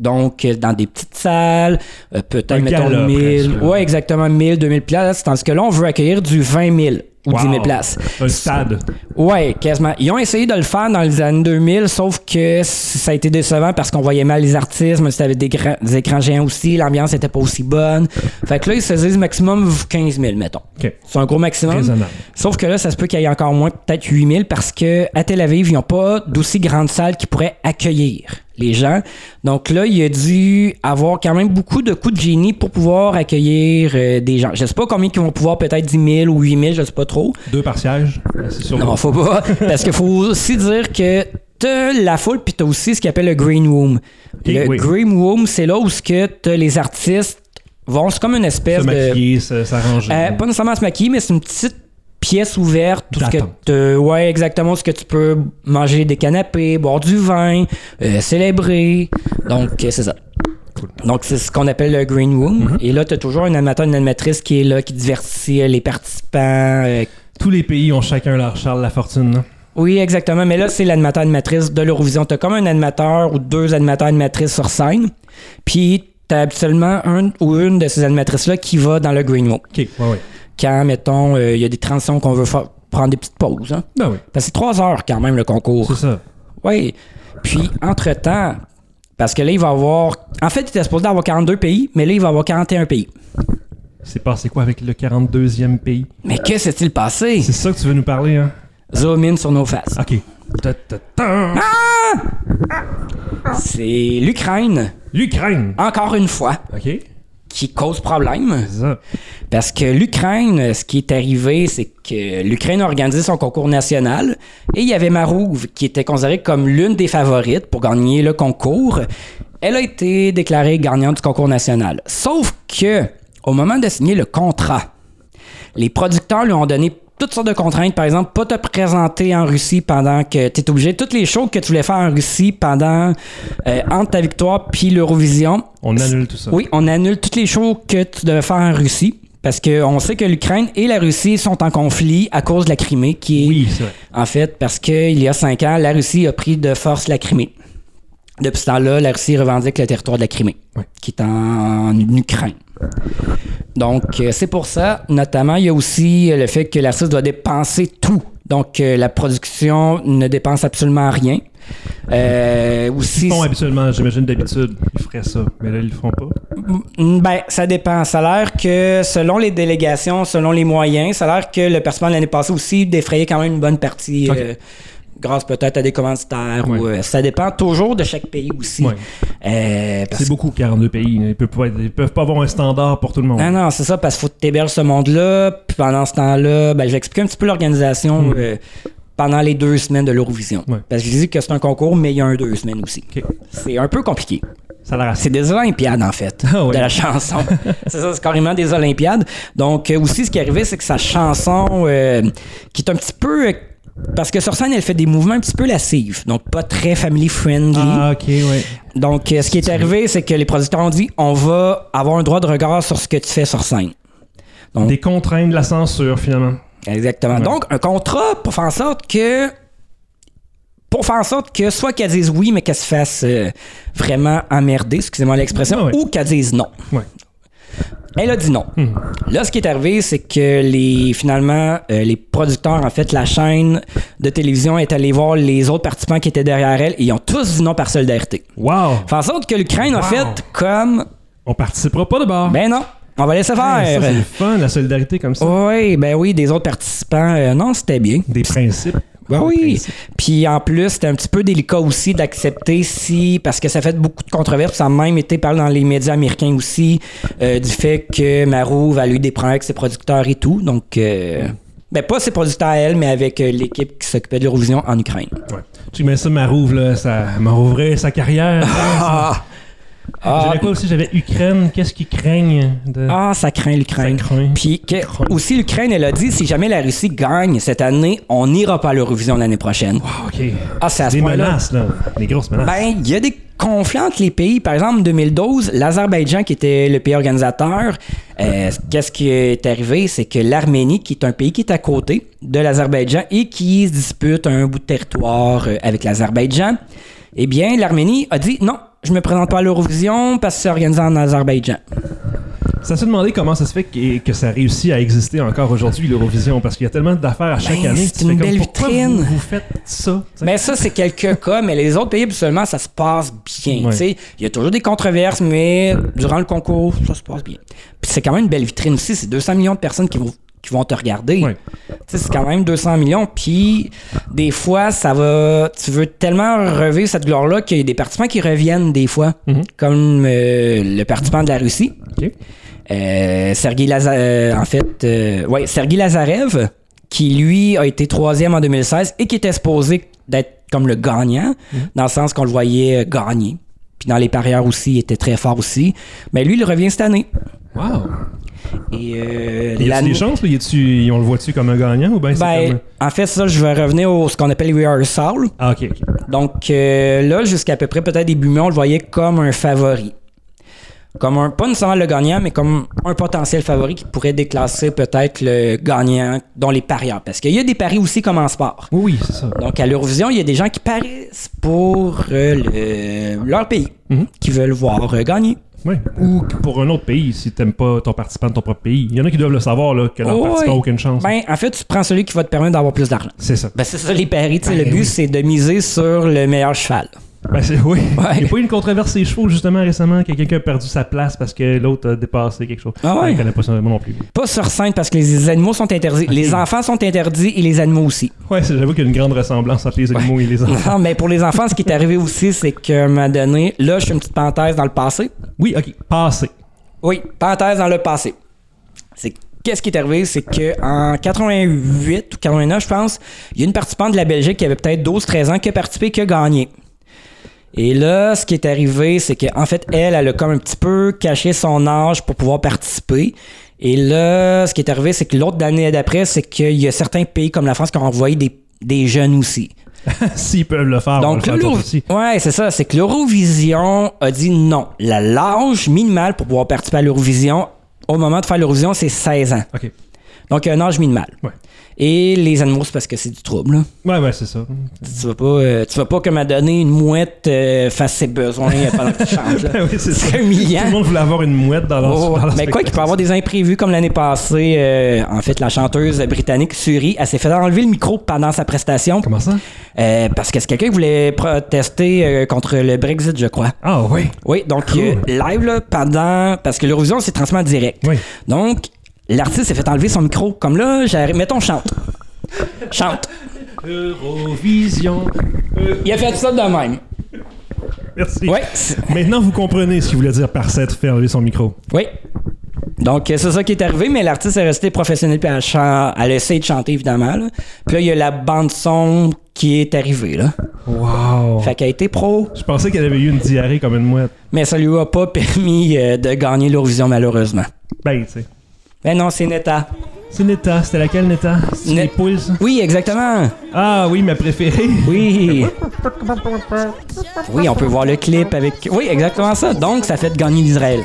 Speaker 2: Donc, euh, dans des petites salles, euh,
Speaker 1: Un
Speaker 2: peut-être,
Speaker 1: gala,
Speaker 2: mettons, 1000.
Speaker 1: presque.
Speaker 2: Ouais, exactement, 1000, 2000 places. Tandis que là, on veut accueillir du 20 000 ou 10 000
Speaker 1: Wow.
Speaker 2: places.
Speaker 1: Un stade.
Speaker 2: Ouais, quasiment. Ils ont essayé de le faire dans les années 2000, sauf que c- ça a été décevant parce qu'on voyait mal les artistes, mais c'était avec des, gra- des écrans géants aussi, l'ambiance n'était pas aussi bonne. Fait que là, ils se disent maximum 15 000, mettons.
Speaker 1: OK.
Speaker 2: C'est un gros maximum.
Speaker 1: Raisonnable.
Speaker 2: Sauf que là, ça se peut qu'il y ait encore moins, peut-être 8000, parce que à Tel Aviv, ils n'ont pas d'aussi grande salle qui pourrait accueillir les gens. Donc là, il a dû avoir quand même beaucoup de coups de génie pour pouvoir accueillir euh, des gens. Je sais pas combien qui vont pouvoir, peut-être 10 000 ou 8 000, je sais pas trop.
Speaker 1: Deux par siège. Euh, C'est sûr.
Speaker 2: Non, faut pas. Parce qu'il faut aussi dire que t'as la foule, puis t'as aussi ce qu'ils appelle le green room. le
Speaker 1: oui.
Speaker 2: green room, c'est là où ce que t'as les artistes vont. C'est comme une espèce
Speaker 1: se
Speaker 2: de.
Speaker 1: maquiller, se- s'arranger.
Speaker 2: Euh, pas nécessairement se maquiller, mais c'est une petite pièce ouverte. Tout ce que
Speaker 1: D'attente.
Speaker 2: te- ouais, exactement ce que tu peux manger des canapés, boire du vin, euh, célébrer. Donc, euh, c'est ça. Donc, c'est ce qu'on appelle le green room.
Speaker 1: Mm-hmm.
Speaker 2: Et là, tu as toujours un animateur, une animatrice qui est là, qui divertit euh, les participants, euh,
Speaker 1: Tous les pays ont chacun leur Charles La Fortune. hein?
Speaker 2: oui, exactement. Mais là, c'est l'animateur-animatrice de l'Eurovision. T'as comme un animateur ou deux animateurs-animatrices sur scène. Puis, t'as habituellement un ou une de ces animatrices-là qui va dans le green room.
Speaker 1: OK. Ouais, ouais.
Speaker 2: Quand, mettons, euh, il y a des transitions qu'on veut faire, prendre des petites pauses. hein.
Speaker 1: Ben oui.
Speaker 2: Parce que c'est trois heures quand même le concours.
Speaker 1: C'est ça.
Speaker 2: Oui. Puis, entre-temps, parce que là, il va y avoir. En fait, il était supposé avoir 42 pays, mais là, il va y avoir 41 pays.
Speaker 1: C'est passé quoi avec le 42e pays?
Speaker 2: Mais que s'est-il passé?
Speaker 1: Euh, C'est ça que tu veux nous parler, hein?
Speaker 2: Zoom in sur nos faces.
Speaker 1: OK. Ta- ta- ta.
Speaker 2: Ah!
Speaker 1: Ah.
Speaker 2: C'est l'Ukraine,
Speaker 1: L'Ukraine.
Speaker 2: encore une fois,
Speaker 1: OK.
Speaker 2: qui cause problème.
Speaker 1: C'est ça.
Speaker 2: Parce que l'Ukraine, ce qui est arrivé, c'est que l'Ukraine a organisé son concours national et il y avait Marouv qui était considérée comme l'une des favorites pour gagner le concours. Elle a été déclarée gagnante du concours national. Sauf que, au moment de signer le contrat, les producteurs lui ont donné toutes sortes de contraintes. Par exemple, pas te présenter en Russie pendant que tu es obligé. Toutes les choses que tu voulais faire en Russie pendant, euh, entre ta victoire puis l'Eurovision,
Speaker 1: On annule tout ça.
Speaker 2: oui, on annule toutes les shows que tu devais faire en Russie. Parce qu'on sait que l'Ukraine et la Russie sont en conflit à cause de la Crimée, qui est,
Speaker 1: Oui, c'est vrai.
Speaker 2: en fait, parce qu'il y a cinq ans, la Russie a pris de force la Crimée. Depuis ce temps-là, la Russie revendique le territoire de la Crimée, qui est en, en Ukraine. Donc, euh, c'est pour ça, notamment, il y a aussi euh, le fait que la Russie doit dépenser tout. Donc, euh, la production ne dépense absolument rien. Euh, aussi,
Speaker 1: Ils font habituellement, j'imagine d'habitude, ils feraient ça, mais là, ils le font pas.
Speaker 2: Mm, Ben, ça dépend. Ça a l'air que, selon les délégations, selon les moyens, ça a l'air que le personnel de l'année passée aussi défrayait quand même une bonne partie,
Speaker 1: Ok.
Speaker 2: euh, grâce peut-être à des commanditaires.
Speaker 1: Ouais.
Speaker 2: ou, euh, ça dépend toujours de chaque pays aussi.
Speaker 1: Ouais.
Speaker 2: Euh, parce
Speaker 1: C'est beaucoup, 42 pays. Ils peuvent, pas être- ils peuvent pas avoir un standard pour tout le monde.
Speaker 2: Ah Non, non, c'est ça, parce qu'il faut que t'héberges ce monde-là. Puis pendant ce temps-là, ben, je vais expliquer un petit peu l'organisation euh, pendant les deux semaines de l'Eurovision.
Speaker 1: Mm. Ouais.
Speaker 2: Parce que je dis que c'est un concours, mais il y a un deux semaines aussi.
Speaker 1: Ok.
Speaker 2: C'est un peu compliqué.
Speaker 1: Ça a l'air assez.
Speaker 2: C'est des Olympiades, en fait,
Speaker 1: Ah oui.
Speaker 2: de la chanson. c'est ça, c'est carrément des Olympiades. Donc, euh, aussi, ce qui est arrivé, c'est que sa chanson, euh, qui est un petit peu. euh, parce que sur scène, elle fait des mouvements un petit peu lascifs, donc pas très family friendly.
Speaker 1: Ah, ok, ouais.
Speaker 2: Donc, euh, ce qui est arrivé, c'est que les producteurs ont dit on va avoir un droit de regard sur ce que tu fais sur scène. Donc,
Speaker 1: Des contraintes de la censure, finalement.
Speaker 2: exactement. Donc, un contrat pour faire en sorte que. Pour faire en sorte que soit qu'elles disent oui, mais qu'elles se fassent euh, vraiment emmerder, excusez-moi l'expression,
Speaker 1: Ah ouais.
Speaker 2: ou qu'elles disent non.
Speaker 1: Ouais.
Speaker 2: Elle a dit non.
Speaker 1: Hmm.
Speaker 2: Là, ce qui est arrivé, c'est que les finalement, euh, les producteurs, en fait, la chaîne de télévision est allée voir les autres participants qui étaient derrière elle et ils ont tous dit non par solidarité.
Speaker 1: Wow!
Speaker 2: Fait en sorte que l'Ukraine a
Speaker 1: Wow.
Speaker 2: fait comme
Speaker 1: On participera pas de bord.
Speaker 2: ben non, on va laisser
Speaker 1: Ah, ça,
Speaker 2: faire.
Speaker 1: c'est le fun, la solidarité comme ça.
Speaker 2: oui, ben oui, des autres participants, euh, non, c'était bien.
Speaker 1: Des principes.
Speaker 2: Ben
Speaker 1: Des
Speaker 2: oui.
Speaker 1: principes.
Speaker 2: Puis en plus, c'était un petit peu délicat aussi d'accepter si, parce que ça fait beaucoup de controverses, ça a même été parlé dans les médias américains aussi, euh, du fait que Marouve a eu des problèmes avec ses producteurs et tout. Donc, euh,
Speaker 1: Mm.
Speaker 2: ben pas ses producteurs à elle, mais avec euh, l'équipe qui s'occupait de l'Eurovision en Ukraine.
Speaker 1: Ouais. Tu mets ça, Marouve, là, ça m'ouvrait sa carrière.
Speaker 2: Ah! Ah,
Speaker 1: J'avais quoi aussi? J'avais Ukraine. Qu'est-ce qu'ils craignent de.
Speaker 2: Ah, ça craint l'Ukraine.
Speaker 1: Ça craint.
Speaker 2: Puis que-
Speaker 1: craint.
Speaker 2: aussi, l'Ukraine, elle a dit si jamais la Russie gagne cette année, on n'ira pas à l'Eurovision l'année prochaine.
Speaker 1: Ah, ok.
Speaker 2: Ah, c'est à ce
Speaker 1: Des
Speaker 2: point-là.
Speaker 1: menaces, là. Des grosses menaces.
Speaker 2: Ben, il y a des conflits entre les pays. Par exemple, en 2012, l'Azerbaïdjan, qui était le pays organisateur, euh, qu'est-ce qui est arrivé? C'est que l'Arménie, qui est un pays qui est à côté de l'Azerbaïdjan et qui se dispute un bout de territoire euh, avec l'Azerbaïdjan, eh bien, l'Arménie a dit non, je me présente pas à l'Eurovision parce que c'est organisé en Azerbaïdjan.
Speaker 1: Ça se demandait comment ça se fait que, que ça réussit à exister encore aujourd'hui, l'Eurovision, parce qu'il y a tellement d'affaires à chaque
Speaker 2: Ben,
Speaker 1: année. tu
Speaker 2: c'est
Speaker 1: fais
Speaker 2: une
Speaker 1: comme,
Speaker 2: belle
Speaker 1: pourquoi
Speaker 2: vitrine. Ben,
Speaker 1: Vous, vous faites ça. tu sais?
Speaker 2: Mais ça, c'est quelques cas, mais les autres pays, habituellement, ça se passe bien.
Speaker 1: Ouais.
Speaker 2: tu sais. Il y a toujours des controverses, mais durant le concours, ça se passe bien. Puis c'est quand même une belle vitrine aussi. C'est 200 millions de personnes qui vont, qui vont te regarder.
Speaker 1: Ouais.
Speaker 2: Tu sais, C'est quand même 200 millions. Puis des fois, ça va. Tu veux tellement revivre cette gloire-là qu'il y a des participants qui reviennent des fois,
Speaker 1: Mm-hmm.
Speaker 2: comme euh, le participant de la Russie.
Speaker 1: Ok.
Speaker 2: Euh, Sergueï Laza- euh, en fait, euh, ouais, Sergueï Lazarev, qui lui a été troisième en 2016 et qui était supposé d'être comme le gagnant,
Speaker 1: Mhm.
Speaker 2: dans le sens qu'on le voyait euh, gagner. Puis dans les parieurs aussi, il était très fort aussi. Mais lui, il revient cette année.
Speaker 1: Wow.
Speaker 2: Et euh,
Speaker 1: Y a
Speaker 2: l'année-
Speaker 1: des chances, là? Y a-tu- on le voit-tu comme un gagnant ou bien c'est
Speaker 2: Ben,
Speaker 1: comme.
Speaker 2: en fait, ça, je vais revenir au ce qu'on appelle We Are Soul.
Speaker 1: Ah, ok. ok.
Speaker 2: Donc euh, là, jusqu'à peu près peut-être début mai, on le voyait comme un favori. Comme un, pas nécessairement le gagnant, mais comme un potentiel favori qui pourrait déclasser peut-être le gagnant dans les parieurs. Parce qu'il y a des paris aussi comme en sport.
Speaker 1: Oui, oui, c'est ça.
Speaker 2: Donc à l'Eurovision, il y a des gens qui parissent pour euh, le- leur pays,
Speaker 1: Mhm.
Speaker 2: qui veulent voir euh, gagner.
Speaker 1: Ouais. Ou que pour un autre pays, si t'aimes pas ton participant de ton propre pays. Il y en a qui doivent le savoir, là, que leur
Speaker 2: Oh,
Speaker 1: participant n'a
Speaker 2: oui.
Speaker 1: aucune chance.
Speaker 2: Ben, en fait, tu prends celui qui va te permettre d'avoir plus d'argent.
Speaker 1: c'est ça.
Speaker 2: Ben, c'est ça les paris. tu sais,
Speaker 1: Ben
Speaker 2: le but,
Speaker 1: oui.
Speaker 2: c'est de miser sur le meilleur cheval.
Speaker 1: Ben, c'est, oui.
Speaker 2: Ouais.
Speaker 1: Il n'y a pas eu une controverse des chevaux, justement, récemment, que quelqu'un a perdu sa place parce que l'autre a dépassé quelque chose.
Speaker 2: Ah ouais?
Speaker 1: Je connais pas ça, moi non plus.
Speaker 2: Pas sur scène parce que les animaux sont interdits. Les enfants sont interdits et les animaux aussi.
Speaker 1: Ouais, c'est- j'avoue qu'il y a une grande ressemblance entre les animaux et les enfants.
Speaker 2: Non, mais pour les enfants, ce qui est arrivé aussi, c'est qu'à un moment donné, là, je fais une petite parenthèse dans le passé.
Speaker 1: Oui, ok. Passé.
Speaker 2: Oui, parenthèse dans le passé. C'est qu'est-ce qui est arrivé, c'est que en 88 ou 89, je pense, il y a une participante de la Belgique qui avait peut-être 12-13 ans qui a participé, qui a gagné. Et là, ce qui est arrivé, c'est qu'en fait, elle, elle a comme un petit peu caché son âge pour pouvoir participer. Et là, ce qui est arrivé, c'est que l'autre année d'après, c'est qu'il y a certains pays comme la France qui ont envoyé des, des jeunes aussi.
Speaker 1: S'ils peuvent le faire, Ah, on va le
Speaker 2: Donc,
Speaker 1: faire
Speaker 2: l'Euro-
Speaker 1: pour aussi.
Speaker 2: ouais, c'est ça. C'est que l'Eurovision a dit non. La large minimale pour pouvoir participer à l'Eurovision au moment de faire l'Eurovision, c'est 16 ans.
Speaker 1: Ok.
Speaker 2: Donc, un âge minimal.
Speaker 1: Ouais.
Speaker 2: Et les animaux, c'est parce que c'est du trouble. là.
Speaker 1: Ouais, ouais, c'est ça.
Speaker 2: Tu vas pas, euh, tu vas pas comme à donner une mouette euh, face à ses besoins pendant que tu chantes. là.
Speaker 1: Ben oui, c'est ça.
Speaker 2: C'est
Speaker 1: Tout le
Speaker 2: humiliant.
Speaker 1: monde voulait avoir une mouette dans leur,
Speaker 2: Oh,
Speaker 1: dans leur
Speaker 2: mais quoi
Speaker 1: spectacle.
Speaker 2: qu'il peut y avoir des imprévus comme l'année passée, euh, en fait, la chanteuse britannique Suri, elle s'est fait enlever le micro pendant sa prestation
Speaker 1: Comment ça?
Speaker 2: euh, parce que c'est quelqu'un qui voulait protester euh, contre le Brexit, je crois.
Speaker 1: Ah oui.
Speaker 2: Oui, donc
Speaker 1: Cool.
Speaker 2: euh, live là, pendant parce que l'Eurovision c'est transmis en direct.
Speaker 1: Oui.
Speaker 2: Donc l'artiste s'est fait enlever son micro comme là, j'arrive, mettons chante. Chante.
Speaker 1: Eurovision.
Speaker 2: Il a fait ça de même.
Speaker 1: Euh, Merci.
Speaker 2: Ouais. c'est-
Speaker 1: Maintenant, vous comprenez ce qu'il voulait dire par s'être fait enlever son micro.
Speaker 2: Oui. Donc, euh, c'est ça qui est arrivé, mais l'artiste est resté professionnel, puis elle, chan- elle essaie de chanter, évidemment. Là. Puis là, il y a la bande-son qui est arrivée, là.
Speaker 1: Wow.
Speaker 2: Fait qu'elle a été pro,
Speaker 1: Je pensais qu'elle avait eu une diarrhée comme une mouette.
Speaker 2: mais ça lui a pas permis euh, de gagner l'Eurovision, malheureusement.
Speaker 1: Ben, tu sais.
Speaker 2: Mais non, c'est Netta.
Speaker 1: C'est Netta. C'était laquelle, Netta? C'est
Speaker 2: Ne-
Speaker 1: les poules, ça?
Speaker 2: Oui, exactement.
Speaker 1: Ah oui, ma préférée.
Speaker 2: Oui. Oui, on peut voir le clip avec... Oui, exactement ça. Donc, ça fait gagner l'Israël.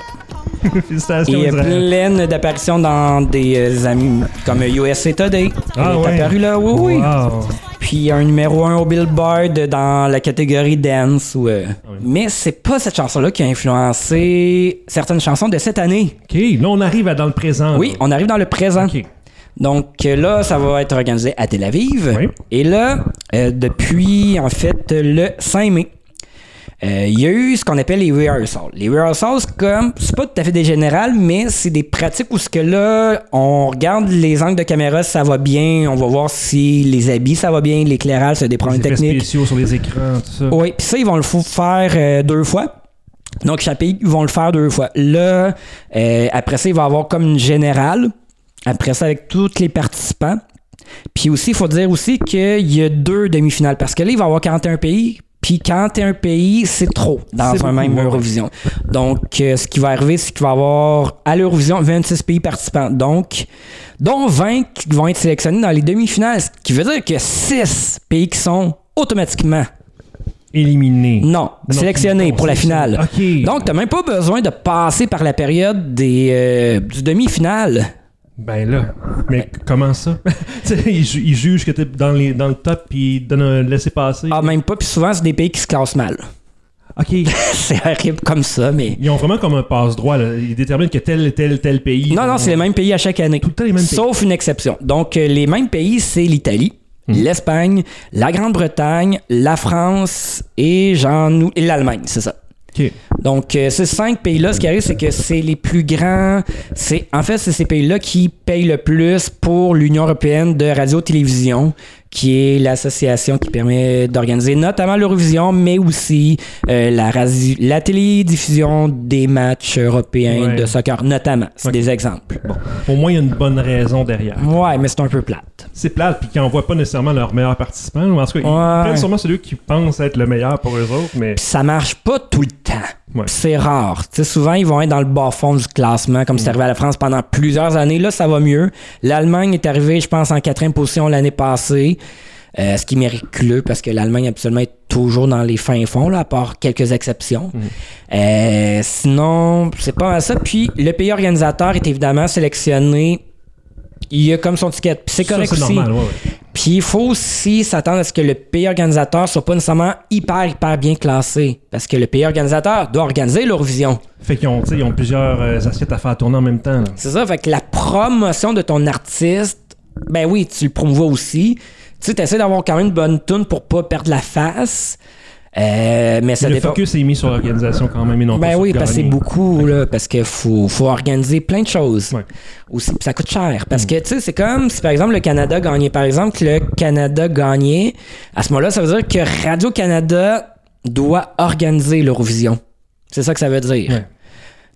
Speaker 1: Félicitations,
Speaker 2: Et euh,
Speaker 1: Israël.
Speaker 2: pleine d'apparitions dans des euh, amis comme euh, USA Today.
Speaker 1: Ah,
Speaker 2: Elle est
Speaker 1: ouais.
Speaker 2: apparue là, oui, oui.
Speaker 1: Wow.
Speaker 2: Puis un numéro 1 au Billboard dans la catégorie dance. ou, euh,
Speaker 1: Ah oui.
Speaker 2: Mais c'est pas cette chanson-là qui a influencé certaines chansons de cette année.
Speaker 1: OK, là, on arrive à dans le présent.
Speaker 2: Oui, on arrive dans le présent.
Speaker 1: Ah OK.
Speaker 2: Donc euh, là, ça va être organisé à Tel Aviv.
Speaker 1: Oui.
Speaker 2: Et là, euh, depuis en fait le 5 mai, euh, il y a eu ce qu'on appelle les rehearsals. Les rehearsals, comme, c'est pas tout à fait des générales, mais c'est des pratiques où ce que là, on regarde les angles de caméra, ça va bien, on va voir si les habits, ça va bien, l'éclairage, c'est des problèmes
Speaker 1: Les effets
Speaker 2: techniques.
Speaker 1: spéciaux sur les écrans, tout ça.
Speaker 2: Oui, puis ça, ils vont le fou- faire euh, deux fois. Donc, chaque pays, ils vont le faire deux fois. Là, euh, après ça, il va y avoir comme une générale. Après ça, avec tous les participants. Puis aussi, il faut dire aussi qu'il y a deux demi-finales. Parce que là, il va y avoir 41 pays. Puis 41 pays, c'est trop dans un
Speaker 1: C'est beaucoup,
Speaker 2: même
Speaker 1: ouais.
Speaker 2: Eurovision. Donc, euh, ce qui va arriver, c'est qu'il va y avoir à l'Eurovision 26 pays participants. Donc, dont 20 qui vont être sélectionnés dans les demi-finales. Ce qui veut dire qu'il y a 6 pays qui sont automatiquement
Speaker 1: Éliminé.
Speaker 2: non,
Speaker 1: Non,
Speaker 2: sélectionné
Speaker 1: non,
Speaker 2: pour la
Speaker 1: sélectionné.
Speaker 2: finale.
Speaker 1: OK.
Speaker 2: Donc, t'as même pas besoin de passer par la période des, euh, du demi-finale.
Speaker 1: Ben là, mais comment ça? tu sais, ils, ju- ils jugent que t'es dans, les, dans le top puis ils te donnent un laisser-passer.
Speaker 2: Ah, même pas, puis souvent, c'est des pays qui se classent mal.
Speaker 1: OK.
Speaker 2: c'est horrible comme ça, mais.
Speaker 1: Ils ont vraiment comme un passe-droit. là. Ils déterminent que tel, tel, tel pays...
Speaker 2: Non, non, c'est les mêmes pays à chaque année.
Speaker 1: Tout le temps les mêmes pays.
Speaker 2: Sauf une exception. Donc, euh, les mêmes pays, c'est l'Italie,
Speaker 1: Hmm.
Speaker 2: l'Espagne, la Grande-Bretagne, la France et j'en ou- et l'Allemagne, c'est ça.
Speaker 1: OK.
Speaker 2: Donc, euh, ces cinq pays-là, ce qui arrive, c'est que c'est les plus grands. C'est, en fait, c'est ces pays-là qui payent le plus pour l'Union européenne de radio-télévision, qui est l'association qui permet d'organiser notamment l'Eurovision, mais aussi euh, la, radio- la télédiffusion des matchs européens
Speaker 1: Ouais.
Speaker 2: de soccer, notamment. C'est
Speaker 1: Ouais.
Speaker 2: des exemples.
Speaker 1: Bon, au moins, il y a une bonne raison derrière.
Speaker 2: Ouais, mais c'est un peu plate.
Speaker 1: C'est plate, puis qu'ils n'envoient pas nécessairement leurs meilleurs participants. En tout cas, ils
Speaker 2: Ouais.
Speaker 1: prennent sûrement celui qui pense être le meilleur pour eux autres, mais...
Speaker 2: Puis ça marche pas tout le temps.
Speaker 1: Ouais.
Speaker 2: Puis C'est rare. Tu sais, souvent, ils vont être dans le bas fond du classement, comme c'est arrivé à la France pendant plusieurs années. Là, ça va mieux. L'Allemagne est arrivée, je pense, en quatrième position l'année passée. Euh, ce qui est miraculeux parce que l'Allemagne absolument est toujours dans les fins fonds, là, à part quelques exceptions.
Speaker 1: Mm.
Speaker 2: Euh, sinon, c'est pas mal ça. Puis le pays organisateur est évidemment sélectionné. Il a comme son ticket. Puis c'est
Speaker 1: Ça,
Speaker 2: correct
Speaker 1: c'est
Speaker 2: aussi.
Speaker 1: normal, ouais, ouais.
Speaker 2: Puis il faut aussi s'attendre à ce que le pays organisateur soit pas nécessairement hyper, hyper bien classé. Parce que le pays organisateur doit organiser l'Eurovision.
Speaker 1: Fait qu'ils ont, tu sais, ils ont plusieurs euh, assiettes à faire tourner en même temps. là.
Speaker 2: C'est ça, fait que la promotion de ton artiste, ben oui, tu le promouvois aussi. Tu sais, t'essaies d'avoir quand même une bonne tune pour pas perdre la face. Euh, mais ça
Speaker 1: le
Speaker 2: dépend.
Speaker 1: focus est mis sur l'organisation quand même et non pas
Speaker 2: Ben
Speaker 1: sur
Speaker 2: oui,
Speaker 1: gagner.
Speaker 2: parce que c'est beaucoup, là, parce qu'il faut, faut organiser plein de choses.
Speaker 1: Ouais.
Speaker 2: Aussi, puis ça coûte cher. Parce que, tu sais, c'est comme si, par exemple, le Canada gagnait. Par exemple, le Canada gagnait. À ce moment-là, ça veut dire que Radio-Canada doit organiser l'Eurovision. C'est ça que ça veut dire.
Speaker 1: Ouais.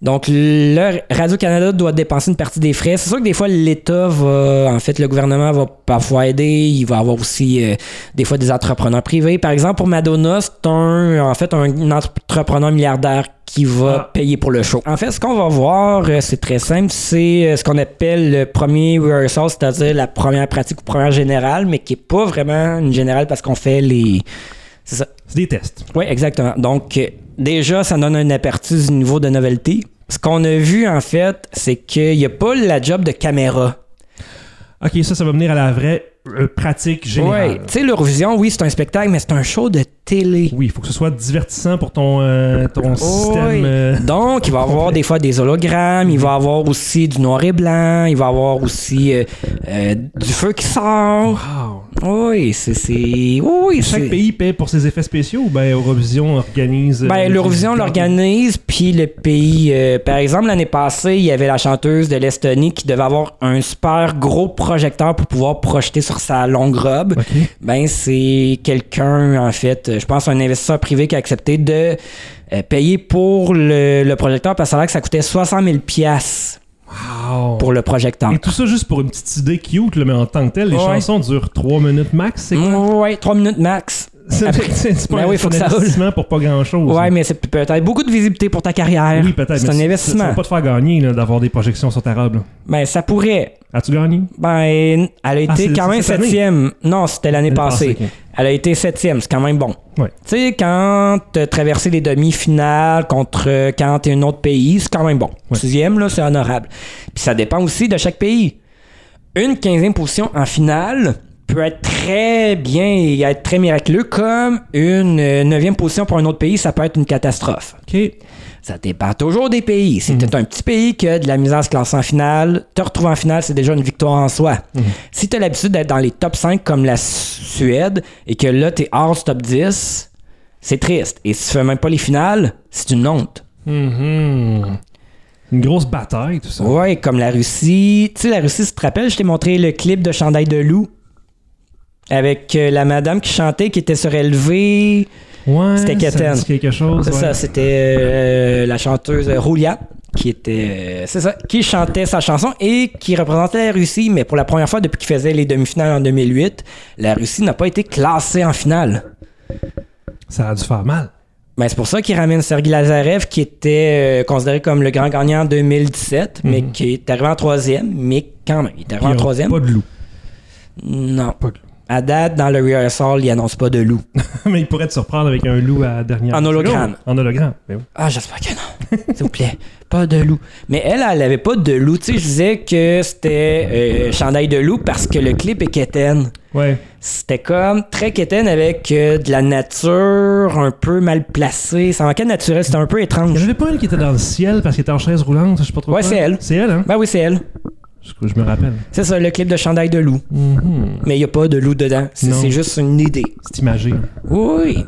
Speaker 2: Donc, le Radio-Canada doit dépenser une partie des frais. C'est sûr que des fois, l'État va, en fait, le gouvernement va parfois aider. Il va avoir aussi, euh, des fois, des entrepreneurs privés. Par exemple, pour Madonna, c'est un, en fait, un entrepreneur milliardaire qui va
Speaker 1: Ah.
Speaker 2: payer pour le show. En fait, ce qu'on va voir, euh, c'est très simple, c'est euh, ce qu'on appelle le premier rehearsal, c'est-à-dire la première pratique ou première générale, mais qui est pas vraiment une générale parce qu'on fait les... C'est ça.
Speaker 1: C'est des tests.
Speaker 2: Oui, exactement. Donc, euh, déjà, ça donne un aperçu du niveau de novelty. Ce qu'on a vu, en fait, c'est qu'il n'y a pas la job de caméra.
Speaker 1: OK, ça, ça va venir à la vraie euh, pratique
Speaker 2: Oui,
Speaker 1: générale.
Speaker 2: tu sais, l'Eurovision, oui, c'est un spectacle, mais c'est un show de télé.
Speaker 1: Oui, il faut que ce soit divertissant pour ton, euh, ton
Speaker 2: Oh, Oui.
Speaker 1: système. euh,
Speaker 2: Donc, il va y avoir des fois des hologrammes, il va y avoir aussi du noir et blanc, il va y avoir aussi euh, euh, du feu qui sort. Oui, c'est. c'est- Oui,
Speaker 1: Chaque
Speaker 2: c'est-
Speaker 1: pays paie pour ses effets spéciaux ou ben Eurovision organise. euh,
Speaker 2: Ben, l'Eurovision
Speaker 1: des-
Speaker 2: l'organise, puis le pays. euh, par exemple, l'année passée, il y avait la chanteuse de l'Estonie qui devait avoir un super gros projecteur pour pouvoir projeter sur sa longue robe.
Speaker 1: OK.
Speaker 2: Ben, c'est quelqu'un, en fait, euh, je pense un investisseur privé qui a accepté de euh, payer pour le, le projecteur parce que ça a l'air que ça coûtait 60 000 piastres
Speaker 1: Wow.
Speaker 2: pour le projecteur.
Speaker 1: Et tout ça juste pour une petite idée cute, là, mais en tant que telle, les
Speaker 2: Ouais.
Speaker 1: chansons durent 3 minutes max. C'est
Speaker 2: Mm, ouais, 3 minutes max.
Speaker 1: c'est-
Speaker 2: Après-
Speaker 1: c'est- c'est pas
Speaker 2: Ben
Speaker 1: un,
Speaker 2: oui,
Speaker 1: c'est
Speaker 2: faut
Speaker 1: un
Speaker 2: que ça roule.
Speaker 1: investissement pour pas grand-chose.
Speaker 2: Ouais, mais c'est peut-être beaucoup de visibilité pour ta carrière.
Speaker 1: oui, peut-être.
Speaker 2: C'est
Speaker 1: mais
Speaker 2: un
Speaker 1: ça- Ça,
Speaker 2: investissement.
Speaker 1: va pas te faire gagner là, d'avoir des projections sur ta robe. là.
Speaker 2: Ben, ça pourrait.
Speaker 1: As-tu gagné?
Speaker 2: Ben, elle a été
Speaker 1: Ah, c'est-
Speaker 2: quand
Speaker 1: c'est
Speaker 2: même
Speaker 1: cette année?
Speaker 2: septième. Non, c'était l'année
Speaker 1: L'année
Speaker 2: passée.
Speaker 1: passée, ok.
Speaker 2: Elle a été septième, c'est quand même bon.
Speaker 1: Ouais.
Speaker 2: Tu sais, quand t'as traversé les demi-finales contre euh, quand t'es un autre pays, c'est quand même bon.
Speaker 1: Ouais.
Speaker 2: Sixième, là, c'est honorable. Puis ça dépend aussi de chaque pays. Une quinzième position en finale peut être très bien et être très miraculeux, comme une euh, neuvième position pour un autre pays, ça peut être une catastrophe.
Speaker 1: OK.
Speaker 2: Ça dépend toujours des pays. Si t'es un petit pays qui a de la misère à se classer en finale, te retrouver en finale, c'est déjà une victoire en soi. Si t'as l'habitude d'être dans les top 5 comme la Su- Suède et que là, t'es hors du top 10, c'est triste. Et si tu fais même pas les finales, c'est une honte.
Speaker 1: Mhm. Une grosse bataille, tout ça.
Speaker 2: Ouais, comme la Russie. Tu sais, la Russie, si tu te rappelles, je t'ai montré le clip de Chandail de loup avec euh, la madame qui chantait, qui était surélevée.
Speaker 1: Ouais, ça
Speaker 2: C'était Keten.
Speaker 1: me dit quelque chose.
Speaker 2: C'est
Speaker 1: ouais.
Speaker 2: ça, c'était euh, la chanteuse Roulia qui était euh, c'est ça, qui chantait sa chanson et qui représentait la Russie mais pour la première fois depuis qu'il faisait les demi-finales en 2008, la Russie n'a pas été classée en finale.
Speaker 1: Ça a dû faire mal.
Speaker 2: Mais c'est pour ça qu'il ramène Sergei Lazarev qui était euh, considéré comme le grand gagnant en 2017
Speaker 1: Mhm.
Speaker 2: mais qui est arrivé en troisième mais quand même, il est arrivé
Speaker 1: Il y
Speaker 2: en
Speaker 1: aura
Speaker 2: troisième.
Speaker 1: Pas de loup.
Speaker 2: Non.
Speaker 1: Pas de loup.
Speaker 2: À date, dans le rehearsal, il annonce pas de loup.
Speaker 1: Mais il pourrait te surprendre avec un loup à la dernière.
Speaker 2: En hologramme.
Speaker 1: seconde. En hologramme. mais oui.
Speaker 2: Ah, j'espère que non. S'il vous plaît, pas de loup. Mais elle, elle avait pas de loup. Tu sais, je disais que c'était euh, chandail de loup parce que le clip est quétaine.
Speaker 1: Ouais.
Speaker 2: C'était comme très quétaine avec euh, de la nature un peu mal placée. Ça manquait de naturel, c'était un peu
Speaker 1: Il n'y en
Speaker 2: étrange.
Speaker 1: avait pas une qui était dans le ciel parce qu'elle était en chaise roulante, je sais pas trop
Speaker 2: Ouais,
Speaker 1: quoi.
Speaker 2: c'est elle.
Speaker 1: C'est elle, hein?
Speaker 2: Ben oui, c'est elle.
Speaker 1: Je, je me rappelle.
Speaker 2: C'est ça, le clip de chandail de loup.
Speaker 1: Mhm.
Speaker 2: Mais il n'y a pas de loup dedans. C'est
Speaker 1: Non.
Speaker 2: c'est juste une idée.
Speaker 1: C'est imagé.
Speaker 2: Oui.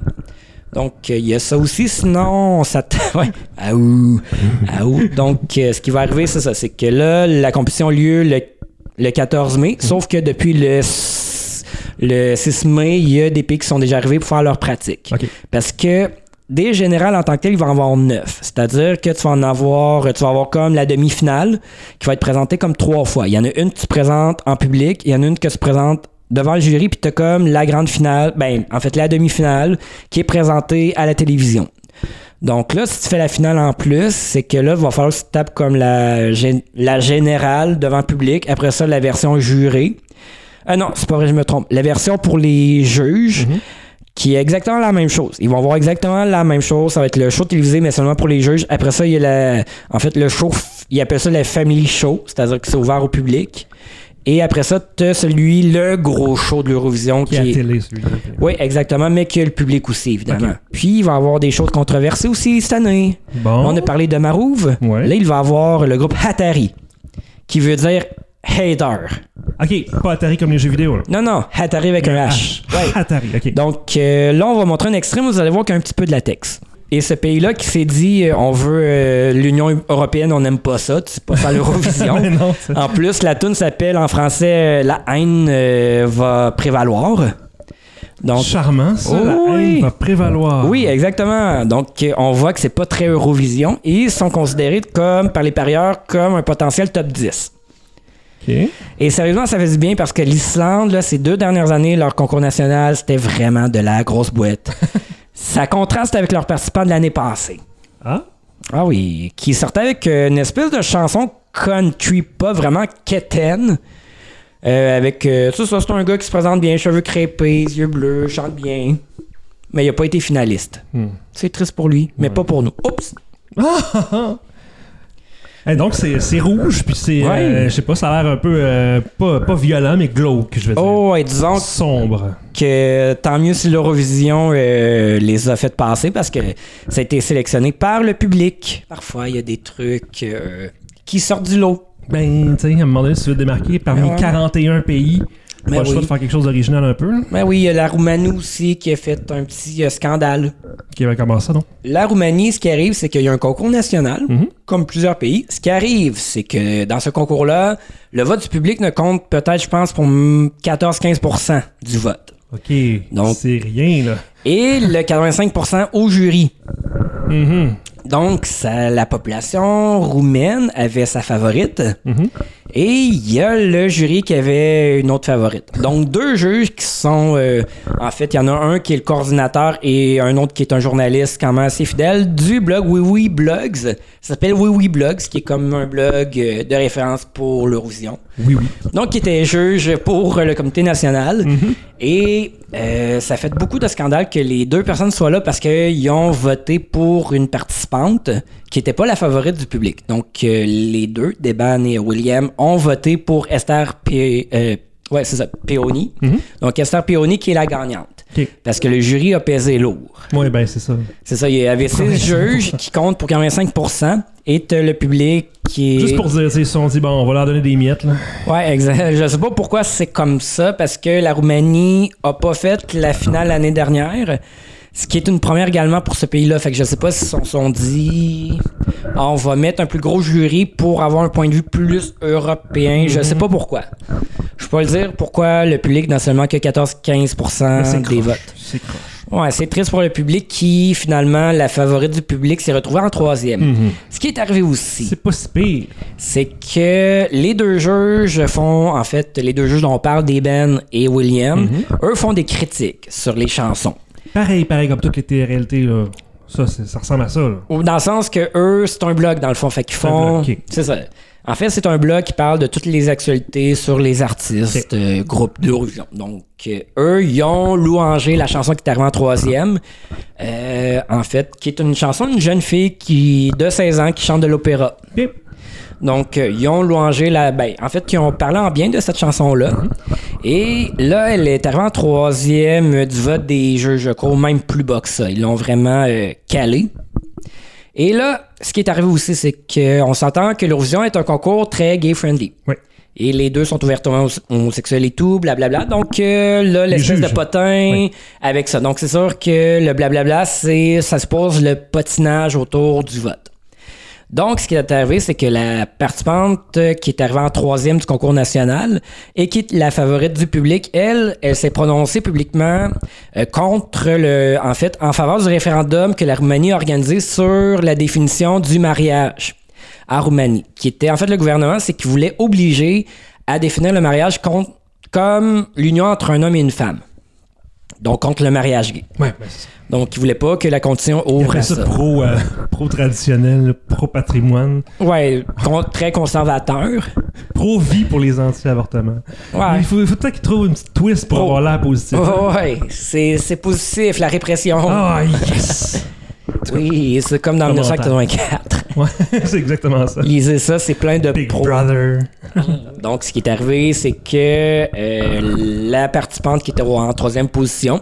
Speaker 2: Donc, euh, il y a ça aussi. Sinon, on s'attend. Ouais. Ah Aou. Aou. Donc, euh, ce qui va arriver, c'est ça. C'est que là, la compétition a lieu le, le 14 mai. Sauf que depuis le, s- le 6 mai, il y a des pays qui sont déjà arrivés pour faire leur pratique.
Speaker 1: OK.
Speaker 2: Parce que des générales en tant que tel, il va en avoir neuf. C'est-à-dire que tu vas en avoir, tu vas avoir comme la demi-finale qui va être présentée comme trois fois. Il y en a une que tu présentes en public, il y en a une que tu présentes devant le jury, puis tu comme la grande finale, ben, en fait, la demi-finale qui est présentée à la télévision. Donc là, si tu fais la finale en plus, c'est que là, il va falloir que tu tapes comme la, gé- la générale devant le public. Après ça, la version jurée. Ah non, c'est pas vrai, je me trompe. La version pour les juges,
Speaker 1: Mhm.
Speaker 2: qui est exactement la même chose. Ils vont voir exactement la même chose. Ça va être le show télévisé, mais seulement pour les juges. Après ça, il y a la, en fait, le show, f- ils appellent ça le family show, c'est-à-dire que c'est ouvert au public. Et après ça, t'as celui, le gros show de l'Eurovision
Speaker 1: Qui
Speaker 2: qui,
Speaker 1: est à la
Speaker 2: est
Speaker 1: télé, celui-là.
Speaker 2: oui, exactement, mais que le public aussi, évidemment. Puis, il va y avoir des choses controversées aussi cette année.
Speaker 1: Bon.
Speaker 2: On a parlé de Marouve.
Speaker 1: Oh. Ouais.
Speaker 2: Là, il va y avoir le groupe Hatari, qui veut dire hater.
Speaker 1: OK, pas Atari comme les jeux vidéo, là.
Speaker 2: Non, non, Hatari avec un H.
Speaker 1: Ah.
Speaker 2: Ouais.
Speaker 1: Atari, OK.
Speaker 2: Donc, euh, là, on va montrer un extrait, mais vous allez voir qu'il y a un petit peu de latex. Et ce pays-là qui s'est dit, euh, on veut euh, l'Union européenne, on n'aime pas ça, c'est pas ça l'Eurovision.
Speaker 1: Mais Ben non, c'est-
Speaker 2: En plus, la tune s'appelle en français euh, La haine euh, va prévaloir. Donc,
Speaker 1: Charmant, ça. La
Speaker 2: Oui.
Speaker 1: haine va prévaloir.
Speaker 2: Oui, exactement. Donc, euh, on voit que c'est pas très Eurovision et ils sont considérés comme, par les parieurs comme un potentiel top 10.
Speaker 1: OK.
Speaker 2: Et sérieusement, ça fait du bien parce que l'Islande, là, ces deux dernières années, leur concours national, c'était vraiment de la grosse boîte. ça contraste avec leurs participants de l'année passée.
Speaker 1: Ah,
Speaker 2: Ah oui, qui sortait avec euh, une espèce de chanson country pas vraiment quétaine. Euh, avec, euh, ça, ça, c'est un gars qui se présente bien, cheveux crépés, yeux bleus, chante bien. Mais il a pas été finaliste.
Speaker 1: Hmm.
Speaker 2: C'est triste pour lui, mais pas pour nous. Oups!
Speaker 1: Et Eh, donc, c'est c'est rouge, puis c'est.
Speaker 2: Ouais.
Speaker 1: euh, je sais pas, ça a l'air un peu. euh, pas, pas violent, mais glauque, je veux dire.
Speaker 2: Oh, et disons
Speaker 1: Sombre.
Speaker 2: que tant mieux si l'Eurovision euh, les a fait passer parce que ça a été sélectionné par le public. Parfois, il y a des trucs euh, qui sortent du lot.
Speaker 1: Ben, tu sais, à un moment donné, si tu veux te démarquer parmi
Speaker 2: Ouais.
Speaker 1: 41 pays, pas
Speaker 2: Mais
Speaker 1: le choix
Speaker 2: oui.
Speaker 1: de faire quelque chose d'original un peu, là,
Speaker 2: Ben oui, il y a la Roumanie aussi qui a fait un petit euh, scandale.
Speaker 1: qui avait commencé, non?
Speaker 2: La Roumanie, ce qui arrive, c'est qu'il y a un concours national,
Speaker 1: Mhm.
Speaker 2: comme plusieurs pays. Ce qui arrive, c'est que dans ce concours-là, le vote du public ne compte peut-être, je pense, pour 14-15% du vote.
Speaker 1: Ok.
Speaker 2: Donc-
Speaker 1: C'est rien, là.
Speaker 2: Et le 85% au jury.
Speaker 1: Mhm.
Speaker 2: Donc, ça- la population roumaine avait sa favorite.
Speaker 1: Mhm.
Speaker 2: Et il y a le jury qui avait une autre favorite. Donc, deux juges qui sont... euh, en fait, il y en a un qui est le coordinateur et un autre qui est un journaliste quand même assez fidèle du blog Oui Oui Blogs. Ça s'appelle Oui Oui Blogs, qui est comme un blog euh, de référence pour l'Eurovision.
Speaker 1: Oui, oui.
Speaker 2: Donc, qui était juge pour euh, le comité national.
Speaker 1: Mhm.
Speaker 2: Et euh, ça fait beaucoup de scandales que les deux personnes soient là parce qu'ils ont voté pour une participante qui n'était pas la favorite du public. Donc, euh, les deux, Deban et William, ont voté pour Esther Pe- euh, ouais, c'est ça, Peony.
Speaker 1: Mhm.
Speaker 2: Donc, Esther Peony qui est la gagnante.
Speaker 1: Ok.
Speaker 2: Parce que le jury a pesé lourd.
Speaker 1: Ouais, ben, c'est ça.
Speaker 2: C'est ça, il y avait six juges qui comptent pour 85 et t'as le public qui est...
Speaker 1: Juste pour dire, tu sais, ils se sont dit, bon, on va leur donner des miettes, là.
Speaker 2: Ouais, exact. Je sais pas pourquoi c'est comme ça, parce que la Roumanie a pas fait la finale l'année dernière, ce qui est une première également pour ce pays-là. Fait que je sais pas s'ils se sont dit, Ah, on va mettre un plus gros jury pour avoir un point de vue plus européen. Je sais pas pourquoi. Je peux pas le dire pourquoi le public n'a seulement que 14-15% des
Speaker 1: croche.
Speaker 2: votes.
Speaker 1: C'est croche.
Speaker 2: Ouais, c'est triste pour le public qui, finalement, la favorite du public s'est retrouvée en troisième.
Speaker 1: Mhm.
Speaker 2: Ce qui est arrivé aussi
Speaker 1: C'est pas si pire.
Speaker 2: c'est que les deux juges font, en fait, les deux juges dont on parle, Deben et William,
Speaker 1: Mhm.
Speaker 2: eux font des critiques sur les chansons.
Speaker 1: Pareil, pareil, comme toutes les télé-réalités, là. Ça, c'est- ça ressemble à ça, là.
Speaker 2: Ou dans le sens que eux, c'est un blog dans le fond, fait qu'ils
Speaker 1: un
Speaker 2: font.
Speaker 1: blog, ok.
Speaker 2: C'est ça. En fait, c'est un blog qui parle de toutes les actualités sur les artistes, euh, groupes d'Eurovision. Donc, euh, eux, ils ont louangé la chanson qui est arrivée en troisième. euh, en fait, qui est une chanson d'une jeune fille qui, de 16 ans qui chante de l'opéra.
Speaker 1: Bip.
Speaker 2: Donc, euh, ils ont louangé la. Ben, en fait, ils ont parlé en bien de cette chanson-là. Et là, elle est arrivée en troisième euh, du vote des jeux, je crois, même plus bas que ça. Ils l'ont vraiment euh, calé. Et là, ce qui est arrivé aussi, c'est qu'on s'entend que l'Eurovision est un concours très gay-friendly.
Speaker 1: Ouais.
Speaker 2: Et les deux sont ouvertement hom- homosexuels et tout, blablabla. Donc euh, là, l'espèce de
Speaker 1: juges.
Speaker 2: potin
Speaker 1: Oui.
Speaker 2: avec ça. Donc c'est sûr que le blablabla, c'est ça se pose le potinage autour du vote. Donc, ce qui est arrivé, c'est que la participante euh, qui est arrivée en troisième du concours national et qui est la favorite du public, elle, elle s'est prononcée publiquement euh, contre le, en fait, en faveur du référendum que la Roumanie a organisé sur la définition du mariage en Roumanie, qui était, en fait, le gouvernement, c'est qu'il voulait obliger à définir le mariage con- comme l'union entre un homme et une femme. Donc, contre le mariage gay.
Speaker 1: Ouais, ben, c'est ça.
Speaker 2: Donc, il voulait pas que la condition
Speaker 1: Ils
Speaker 2: ouvre
Speaker 1: appellent
Speaker 2: à
Speaker 1: ça
Speaker 2: ça.
Speaker 1: pro, euh, pro-traditionnel, pro-patrimoine,
Speaker 2: Ouais, con- très conservateur.
Speaker 1: pro-vie pour les anti-avortements.
Speaker 2: Ouais.
Speaker 1: Il faut, il faut peut-être qu'ils trouvent une petite twist pour
Speaker 2: Oh.
Speaker 1: avoir l'air positif.
Speaker 2: Oh, ouais, c'est c'est positif, la répression.
Speaker 1: Ah, yes!
Speaker 2: oui, c'est comme dans
Speaker 1: Comment
Speaker 2: 1984.
Speaker 1: Ouais, c'est exactement ça.
Speaker 2: Lisez ça, c'est plein de
Speaker 1: Big
Speaker 2: pros.
Speaker 1: Brother.
Speaker 2: Donc, ce qui est arrivé, c'est que euh, la participante qui était en troisième position,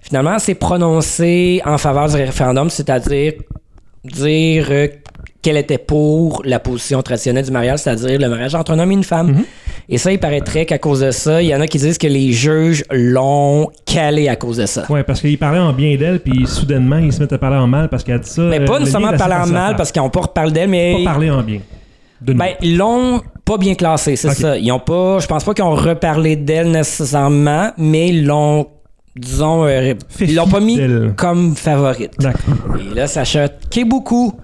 Speaker 2: finalement, s'est prononcée en faveur du référendum, c'est-à-dire dire euh, qu'elle était pour la position traditionnelle du mariage, c'est-à-dire le mariage entre un homme et une femme.
Speaker 1: Mm-hmm.
Speaker 2: Et ça, il paraîtrait qu'à cause de ça, il y en a qui disent que les juges l'ont calé à cause de ça.
Speaker 1: Ouais, parce qu'ils parlaient en bien d'elle, puis soudainement, ils se mettent à parler en mal parce qu'elle a dit ça. euh,
Speaker 2: Mais pas nécessairement parler en mal parce
Speaker 1: parce
Speaker 2: qu'ils n'ont pas reparlé d'elle, mais.
Speaker 1: Pas parler en bien. De
Speaker 2: Ben, ils l'ont pas bien classée, c'est
Speaker 1: Ok.
Speaker 2: ça. Ils ont pas. Je pense pas qu'ils ont reparlé d'elle nécessairement, mais ils l'ont. Disons, euh, ré-
Speaker 1: Fait
Speaker 2: ils l'ont
Speaker 1: fi
Speaker 2: pas mis
Speaker 1: d'elle.
Speaker 2: comme favorite.
Speaker 1: D'accord. Mm-hmm.
Speaker 2: Et là, ça choque beaucoup.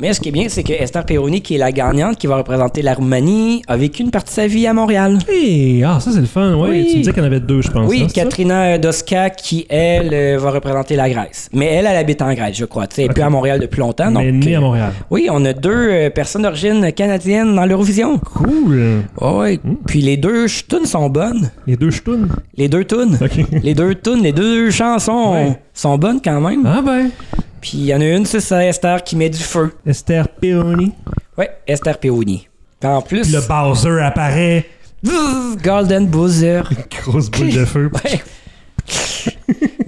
Speaker 2: Mais ce qui est bien, c'est que Esther Peroni, qui est la gagnante, qui va représenter la Roumanie, a vécu une partie de sa vie à Montréal.
Speaker 1: Hey, ah, ça c'est le fun, ouais.
Speaker 2: Oui.
Speaker 1: Tu me disais qu'il y en avait deux, je pense.
Speaker 2: Oui,
Speaker 1: hein, c'est ça?
Speaker 2: Katrina euh, Doska, qui, elle, euh, va représenter la Grèce. Mais elle, elle habite en Grèce, je crois. Tu sais, Elle n'est plus à Montréal depuis longtemps.
Speaker 1: Elle est
Speaker 2: donc,
Speaker 1: née à
Speaker 2: euh,
Speaker 1: Montréal.
Speaker 2: Oui, on a deux euh, personnes d'origine canadienne dans l'Eurovision.
Speaker 1: Cool.
Speaker 2: ouais. Puis les deux ch- tunes sont bonnes.
Speaker 1: Les deux ch'tounes.
Speaker 2: Les deux tunes.
Speaker 1: OK.
Speaker 2: Les deux tunes, les deux chansons
Speaker 1: Ouais.
Speaker 2: sont bonnes quand même.
Speaker 1: Ah ben.
Speaker 2: Puis il y en a une, c'est ça, Esther, qui met du feu.
Speaker 1: Esther Peony.
Speaker 2: Ouais, Esther Peony. En plus,
Speaker 1: Le Bowser apparaît.
Speaker 2: Golden Buzzer.
Speaker 1: Grosse boule de feu.
Speaker 2: Ouais.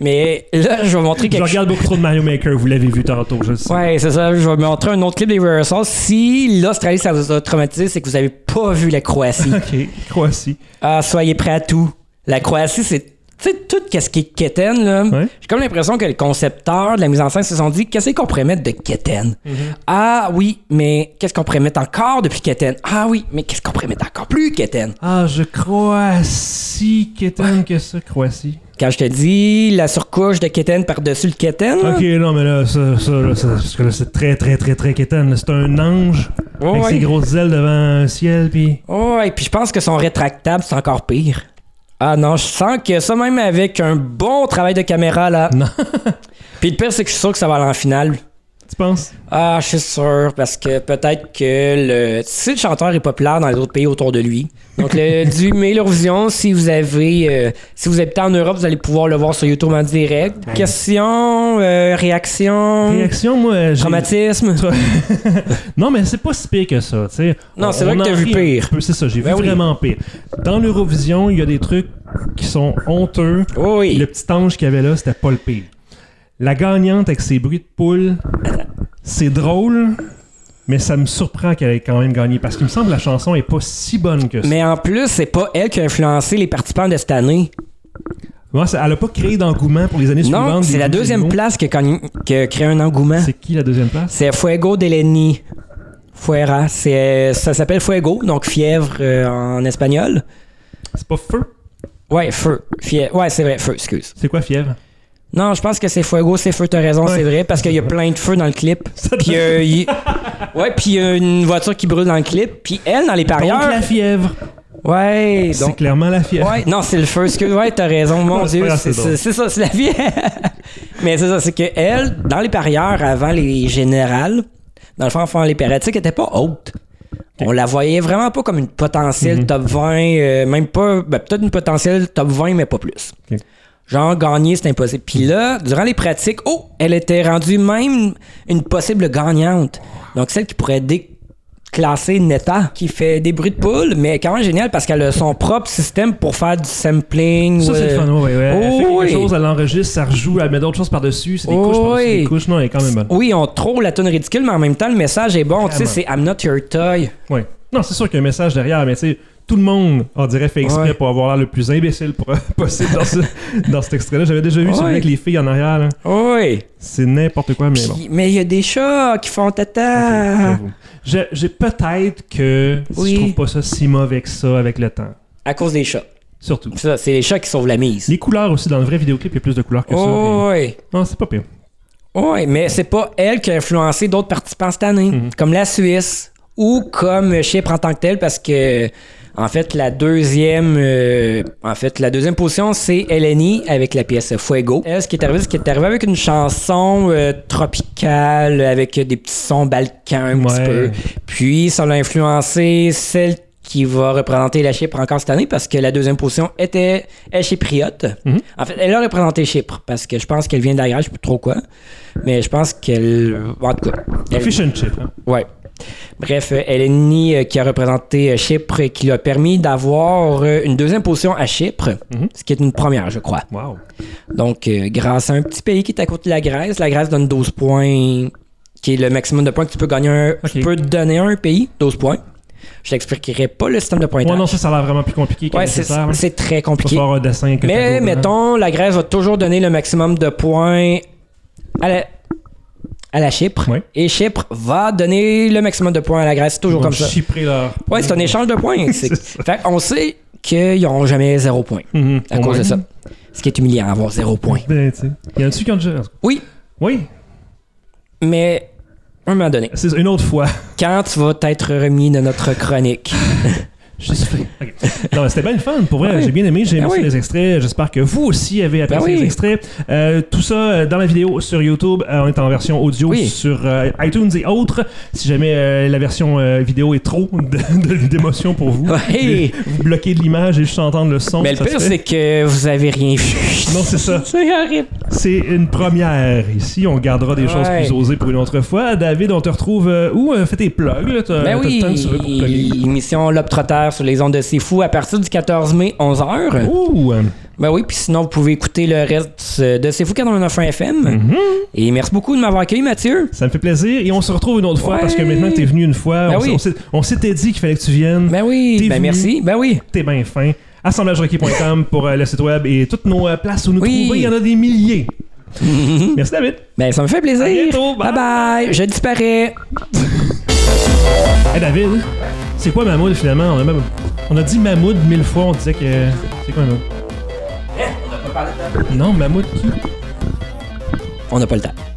Speaker 2: Mais là, je vais montrer
Speaker 1: Je
Speaker 2: quelque chose.
Speaker 1: regarde beaucoup trop de Mario Maker, vous l'avez vu tantôt, je le sais.
Speaker 2: Ouais, c'est ça. Je vais montrer un autre clip des Rehearsals. Si l'Australie, ça vous a traumatisé, c'est que vous avez pas vu la Croatie.
Speaker 1: Ok, Croatie.
Speaker 2: ah, soyez prêts à tout. La Croatie, c'est. Tu sais, tout qu'est-ce qui est quétaine, là.
Speaker 1: Ouais.
Speaker 2: J'ai comme l'impression que les concepteurs de la mise en scène se sont dit qu'est-ce qu'on pourrait mettre de quétaine
Speaker 1: Mm-hmm.
Speaker 2: Ah oui, mais qu'est-ce qu'on pourrait mettre encore depuis quétaine Ah oui, mais qu'est-ce qu'on pourrait mettre encore plus quétaine
Speaker 1: Ah, je Croatie, qu'étonne que ça, Croatie.
Speaker 2: Quand je te dis la surcouche de quétaine par-dessus le quétaine, là,
Speaker 1: Ok, non, mais là, ça, ça, là, ça- parce que là, c'est très, très, très, très quétaine. C'est un ange
Speaker 2: Ouais,
Speaker 1: avec ses
Speaker 2: ouais.
Speaker 1: grosses ailes devant un ciel, puis.
Speaker 2: Oh, et puis je pense que son rétractable, c'est encore pire. Ah non, je sens que ça, même avec un bon travail de caméra, là.
Speaker 1: Non.
Speaker 2: puis le pire, c'est que je suis sûr que ça va aller en finale.
Speaker 1: Tu penses?
Speaker 2: Ah, je suis sûr, parce que peut-être que le. Si le chanteur est populaire dans les autres pays autour de lui. Donc, le 18 mai, l'Eurovision, si vous avez. euh, si vous habitez en Europe, vous allez pouvoir le voir sur YouTube en direct. Question, euh, réaction,
Speaker 1: Réaction, moi, euh, j'ai.
Speaker 2: traumatisme.
Speaker 1: Tra- non, mais c'est pas si pire que ça, tu sais.
Speaker 2: Non,
Speaker 1: On-
Speaker 2: c'est vrai
Speaker 1: on
Speaker 2: que
Speaker 1: en
Speaker 2: t'as vu
Speaker 1: rit un
Speaker 2: pire.
Speaker 1: peu, C'est ça, j'ai
Speaker 2: Ben
Speaker 1: vu
Speaker 2: oui.
Speaker 1: vraiment pire. Dans l'Eurovision, il y a des trucs qui sont honteux.
Speaker 2: Oui.
Speaker 1: Le petit ange qu'il y avait là, c'était pas le pire. La gagnante avec ses bruits de poule, c'est drôle, mais ça me surprend qu'elle ait quand même gagné parce qu'il me semble que la chanson est pas si bonne que ça.
Speaker 2: Mais en plus, c'est pas elle qui a influencé les participants de cette année.
Speaker 1: Moi, ça- elle a pas créé d'engouement pour les années
Speaker 2: Non,
Speaker 1: suivantes.
Speaker 2: c'est
Speaker 1: des
Speaker 2: la
Speaker 1: vidéos.
Speaker 2: deuxième place qui a, cogn- qui a créé un engouement.
Speaker 1: C'est qui la deuxième place
Speaker 2: C'est Fuego Deleni. Fuera. C'est, ça s'appelle Fuego, donc fièvre euh, en espagnol.
Speaker 1: C'est pas Feu
Speaker 2: Ouais, feu. Fie- Ouais, c'est vrai, feu, excuse.
Speaker 1: C'est quoi Fièvre
Speaker 2: Non, je pense que c'est Fuego, c'est feu, t'as raison,
Speaker 1: Ouais.
Speaker 2: c'est vrai, parce qu'il y a plein de feux dans le clip. Puis, euh, il- ouais, puis il y a une voiture qui brûle dans le clip. Puis elle, dans les
Speaker 1: Donc la
Speaker 2: parieurs.
Speaker 1: fièvre.
Speaker 2: Ouais,
Speaker 1: C'est
Speaker 2: donc.
Speaker 1: clairement la fièvre.
Speaker 2: Ouais, non, c'est le feu. Excuse, ouais, t'as raison, mon
Speaker 1: Non, c'est
Speaker 2: Dieu.
Speaker 1: pas grave,
Speaker 2: C'est
Speaker 1: c'est drôle.
Speaker 2: c'est- c'est ça, c'est la vie. Mais c'est ça, c'est que elle, dans les parieurs avant les générales, dans le fond, avant les périatiques, elle était pas haute. On la voyait vraiment pas comme une potentielle
Speaker 1: Mm-hmm.
Speaker 2: top 20, euh, même pas, ben, peut-être une potentielle top 20, mais pas plus.
Speaker 1: Ok.
Speaker 2: Genre, gagner, c'est impossible. Puis là, durant les pratiques, oh, elle était rendue même une possible gagnante. Donc, celle qui pourrait déclasser Netta, qui fait des bruits de poule, mais quand même génial parce qu'elle a son propre système pour faire du sampling.
Speaker 1: Ça, c'est
Speaker 2: ouais.
Speaker 1: le fun, ouais, ouais. Elle fait
Speaker 2: Oh,
Speaker 1: quelque
Speaker 2: oui.
Speaker 1: chose, elle enregistre, ça rejoue, elle met d'autres choses par-dessus, c'est des
Speaker 2: Oh,
Speaker 1: couches par-dessus
Speaker 2: oui.
Speaker 1: des couches. Non, elle est quand même bonne.
Speaker 2: Oui, on trouve la tune ridicule, mais en même temps, le message est bon. Tu sais,
Speaker 1: Vraiment.
Speaker 2: c'est I'm not your toy.
Speaker 1: Ouais. Non, c'est sûr qu'il y a un message derrière, mais tu sais, tout le monde, on dirait, fait exprès
Speaker 2: Ouais.
Speaker 1: pour avoir l'air le plus imbécile pour- possible dans, ce- dans cet extrait-là. J'avais déjà vu
Speaker 2: Ouais.
Speaker 1: celui avec les filles en arrière, là.
Speaker 2: Oui.
Speaker 1: C'est n'importe quoi, mais bon.
Speaker 2: Puis- Mais il y a des chats qui font tata.
Speaker 1: J'avoue. J'ai j'ai peut-être que
Speaker 2: Ah. Oui.
Speaker 1: je trouve pas ça si mauvais que ça avec le temps.
Speaker 2: À cause des chats.
Speaker 1: Surtout.
Speaker 2: Ça, c'est les chats qui sauvent la mise.
Speaker 1: Les couleurs aussi, dans le vrai vidéoclip, il y a plus de couleurs que ça.
Speaker 2: Oh, oui.
Speaker 1: mais- Non, c'est pas pire.
Speaker 2: Oui, mais c'est pas elle qui a influencé d'autres participants cette année, comme la Suisse ou comme euh, Chypre en tant que telle, parce que en fait la deuxième, euh, en fait la deuxième position c'est Eleni avec la pièce Fuego. Elle, ce qui est arrivé, c'est qu'elle est arrivée avec une chanson euh, tropicale avec des petits sons balkans un petit
Speaker 1: Ouais.
Speaker 2: peu. Puis ça l'a influencé celle qui va représenter la Chypre encore cette année parce que la deuxième position était elle chypriote. En fait, elle a représenté Chypre parce que je pense qu'elle vient de la Grèce, je sais plus trop quoi. Mais je pense qu'elle. En tout cas. elle-
Speaker 1: Fish and chip. hein.
Speaker 2: ouais. Bref, euh, Eleni euh, qui a représenté euh, Chypre et qui lui a permis d'avoir euh, une deuxième position à Chypre,
Speaker 1: Mhm.
Speaker 2: ce qui est une première, je crois.
Speaker 1: Wow.
Speaker 2: Donc, euh, grâce à un petit pays qui est à côté de la Grèce, la Grèce donne 12 points, qui est le maximum de points que tu peux gagner. un- Tu
Speaker 1: Ok.
Speaker 2: peux donner à un pays 12 points. Je t'expliquerai pas le système de
Speaker 1: Ouais,
Speaker 2: pointage.
Speaker 1: non, ça, ça a l'air vraiment plus compliqué que
Speaker 2: Ouais, c'est
Speaker 1: nécessaire. hein. là.
Speaker 2: c'est très
Speaker 1: Faut
Speaker 2: compliqué.
Speaker 1: avoir un dessin que t'as
Speaker 2: Mais
Speaker 1: beau, hein.
Speaker 2: mettons, la Grèce va toujours donner le maximum de points à la, à la Chypre.
Speaker 1: Ouais.
Speaker 2: Et Chypre va donner le maximum de points à la Grèce. C'est toujours
Speaker 1: Ils vont
Speaker 2: comme ça.
Speaker 1: chiprer leur-
Speaker 2: Ouais, c'est un échange de points. C'est- fait on sait qu'ils n'auront jamais zéro point
Speaker 1: Mhm.
Speaker 2: à cause de ça. Ce qui est humiliant, avoir zéro point.
Speaker 1: Ben, tu sais. Il y en a-tu qui ont déjà.
Speaker 2: Oui,
Speaker 1: Oui,
Speaker 2: mais à un moment donné,
Speaker 1: c'est une autre fois.
Speaker 2: quand tu vas être remis de notre chronique,
Speaker 1: J'ai soufflé. Ok. Non, mais c'était bien le fun. Pour vrai,
Speaker 2: Ouais.
Speaker 1: j'ai bien aimé. J'ai aimé
Speaker 2: Ben
Speaker 1: ça,
Speaker 2: oui.
Speaker 1: les extraits. J'espère que vous aussi avez apprécié
Speaker 2: Ben oui.
Speaker 1: les extraits. Euh, tout ça euh, dans la vidéo sur YouTube. Euh, on est en version audio
Speaker 2: Oui.
Speaker 1: sur euh, iTunes et autres. Si jamais euh, la version euh, vidéo est trop de- de- d'émotion pour vous,
Speaker 2: Ouais.
Speaker 1: vous bloquez de l'image et juste entendre le son.
Speaker 2: Mais le
Speaker 1: ça se
Speaker 2: pire,
Speaker 1: fait.
Speaker 2: c'est que vous avez rien vu.
Speaker 1: Non, c'est ça.
Speaker 2: C'est horrible.
Speaker 1: C'est une première ici. On gardera des choses
Speaker 2: Ouais.
Speaker 1: plus osées pour une autre fois. David, on te retrouve euh, où Euh, Fais tes plugs. là. T'as-
Speaker 2: Ben
Speaker 1: t'as
Speaker 2: oui,
Speaker 1: le temps de se reproprier.
Speaker 2: émission Lobe Trotteur sur les ondes de C'est Fou à partir du 14 mai, 11h.
Speaker 1: Ouh, euh,
Speaker 2: Ben oui, puis sinon, vous pouvez écouter le reste de C'est Fou 89 FM.
Speaker 1: Mm-hmm.
Speaker 2: Et merci beaucoup de m'avoir accueilli, Mathieu.
Speaker 1: ça me fait plaisir. Et on se retrouve une autre fois
Speaker 2: Ouais.
Speaker 1: parce que maintenant que t'es venu une fois,
Speaker 2: Ben
Speaker 1: on, s-
Speaker 2: oui.
Speaker 1: on s'est- on s'était dit qu'il fallait que tu viennes.
Speaker 2: Ben oui,
Speaker 1: T'es
Speaker 2: ben
Speaker 1: venu.
Speaker 2: merci. Ben oui.
Speaker 1: T'es bien fin. assemblagerocky.com pour euh, le site web et toutes nos euh, places où nous
Speaker 2: Oui.
Speaker 1: trouver. Il y en a des milliers. Merci David.
Speaker 2: Ben ça me fait plaisir.
Speaker 1: À bientôt, bye.
Speaker 2: bye bye. Je disparais.
Speaker 1: Hey David, c'est quoi Mamoud finalement on a, même- on a dit Mamoud mille fois, on disait que. C'est quoi Mamoud Non, Mamoud qui
Speaker 2: On n'a pas le temps.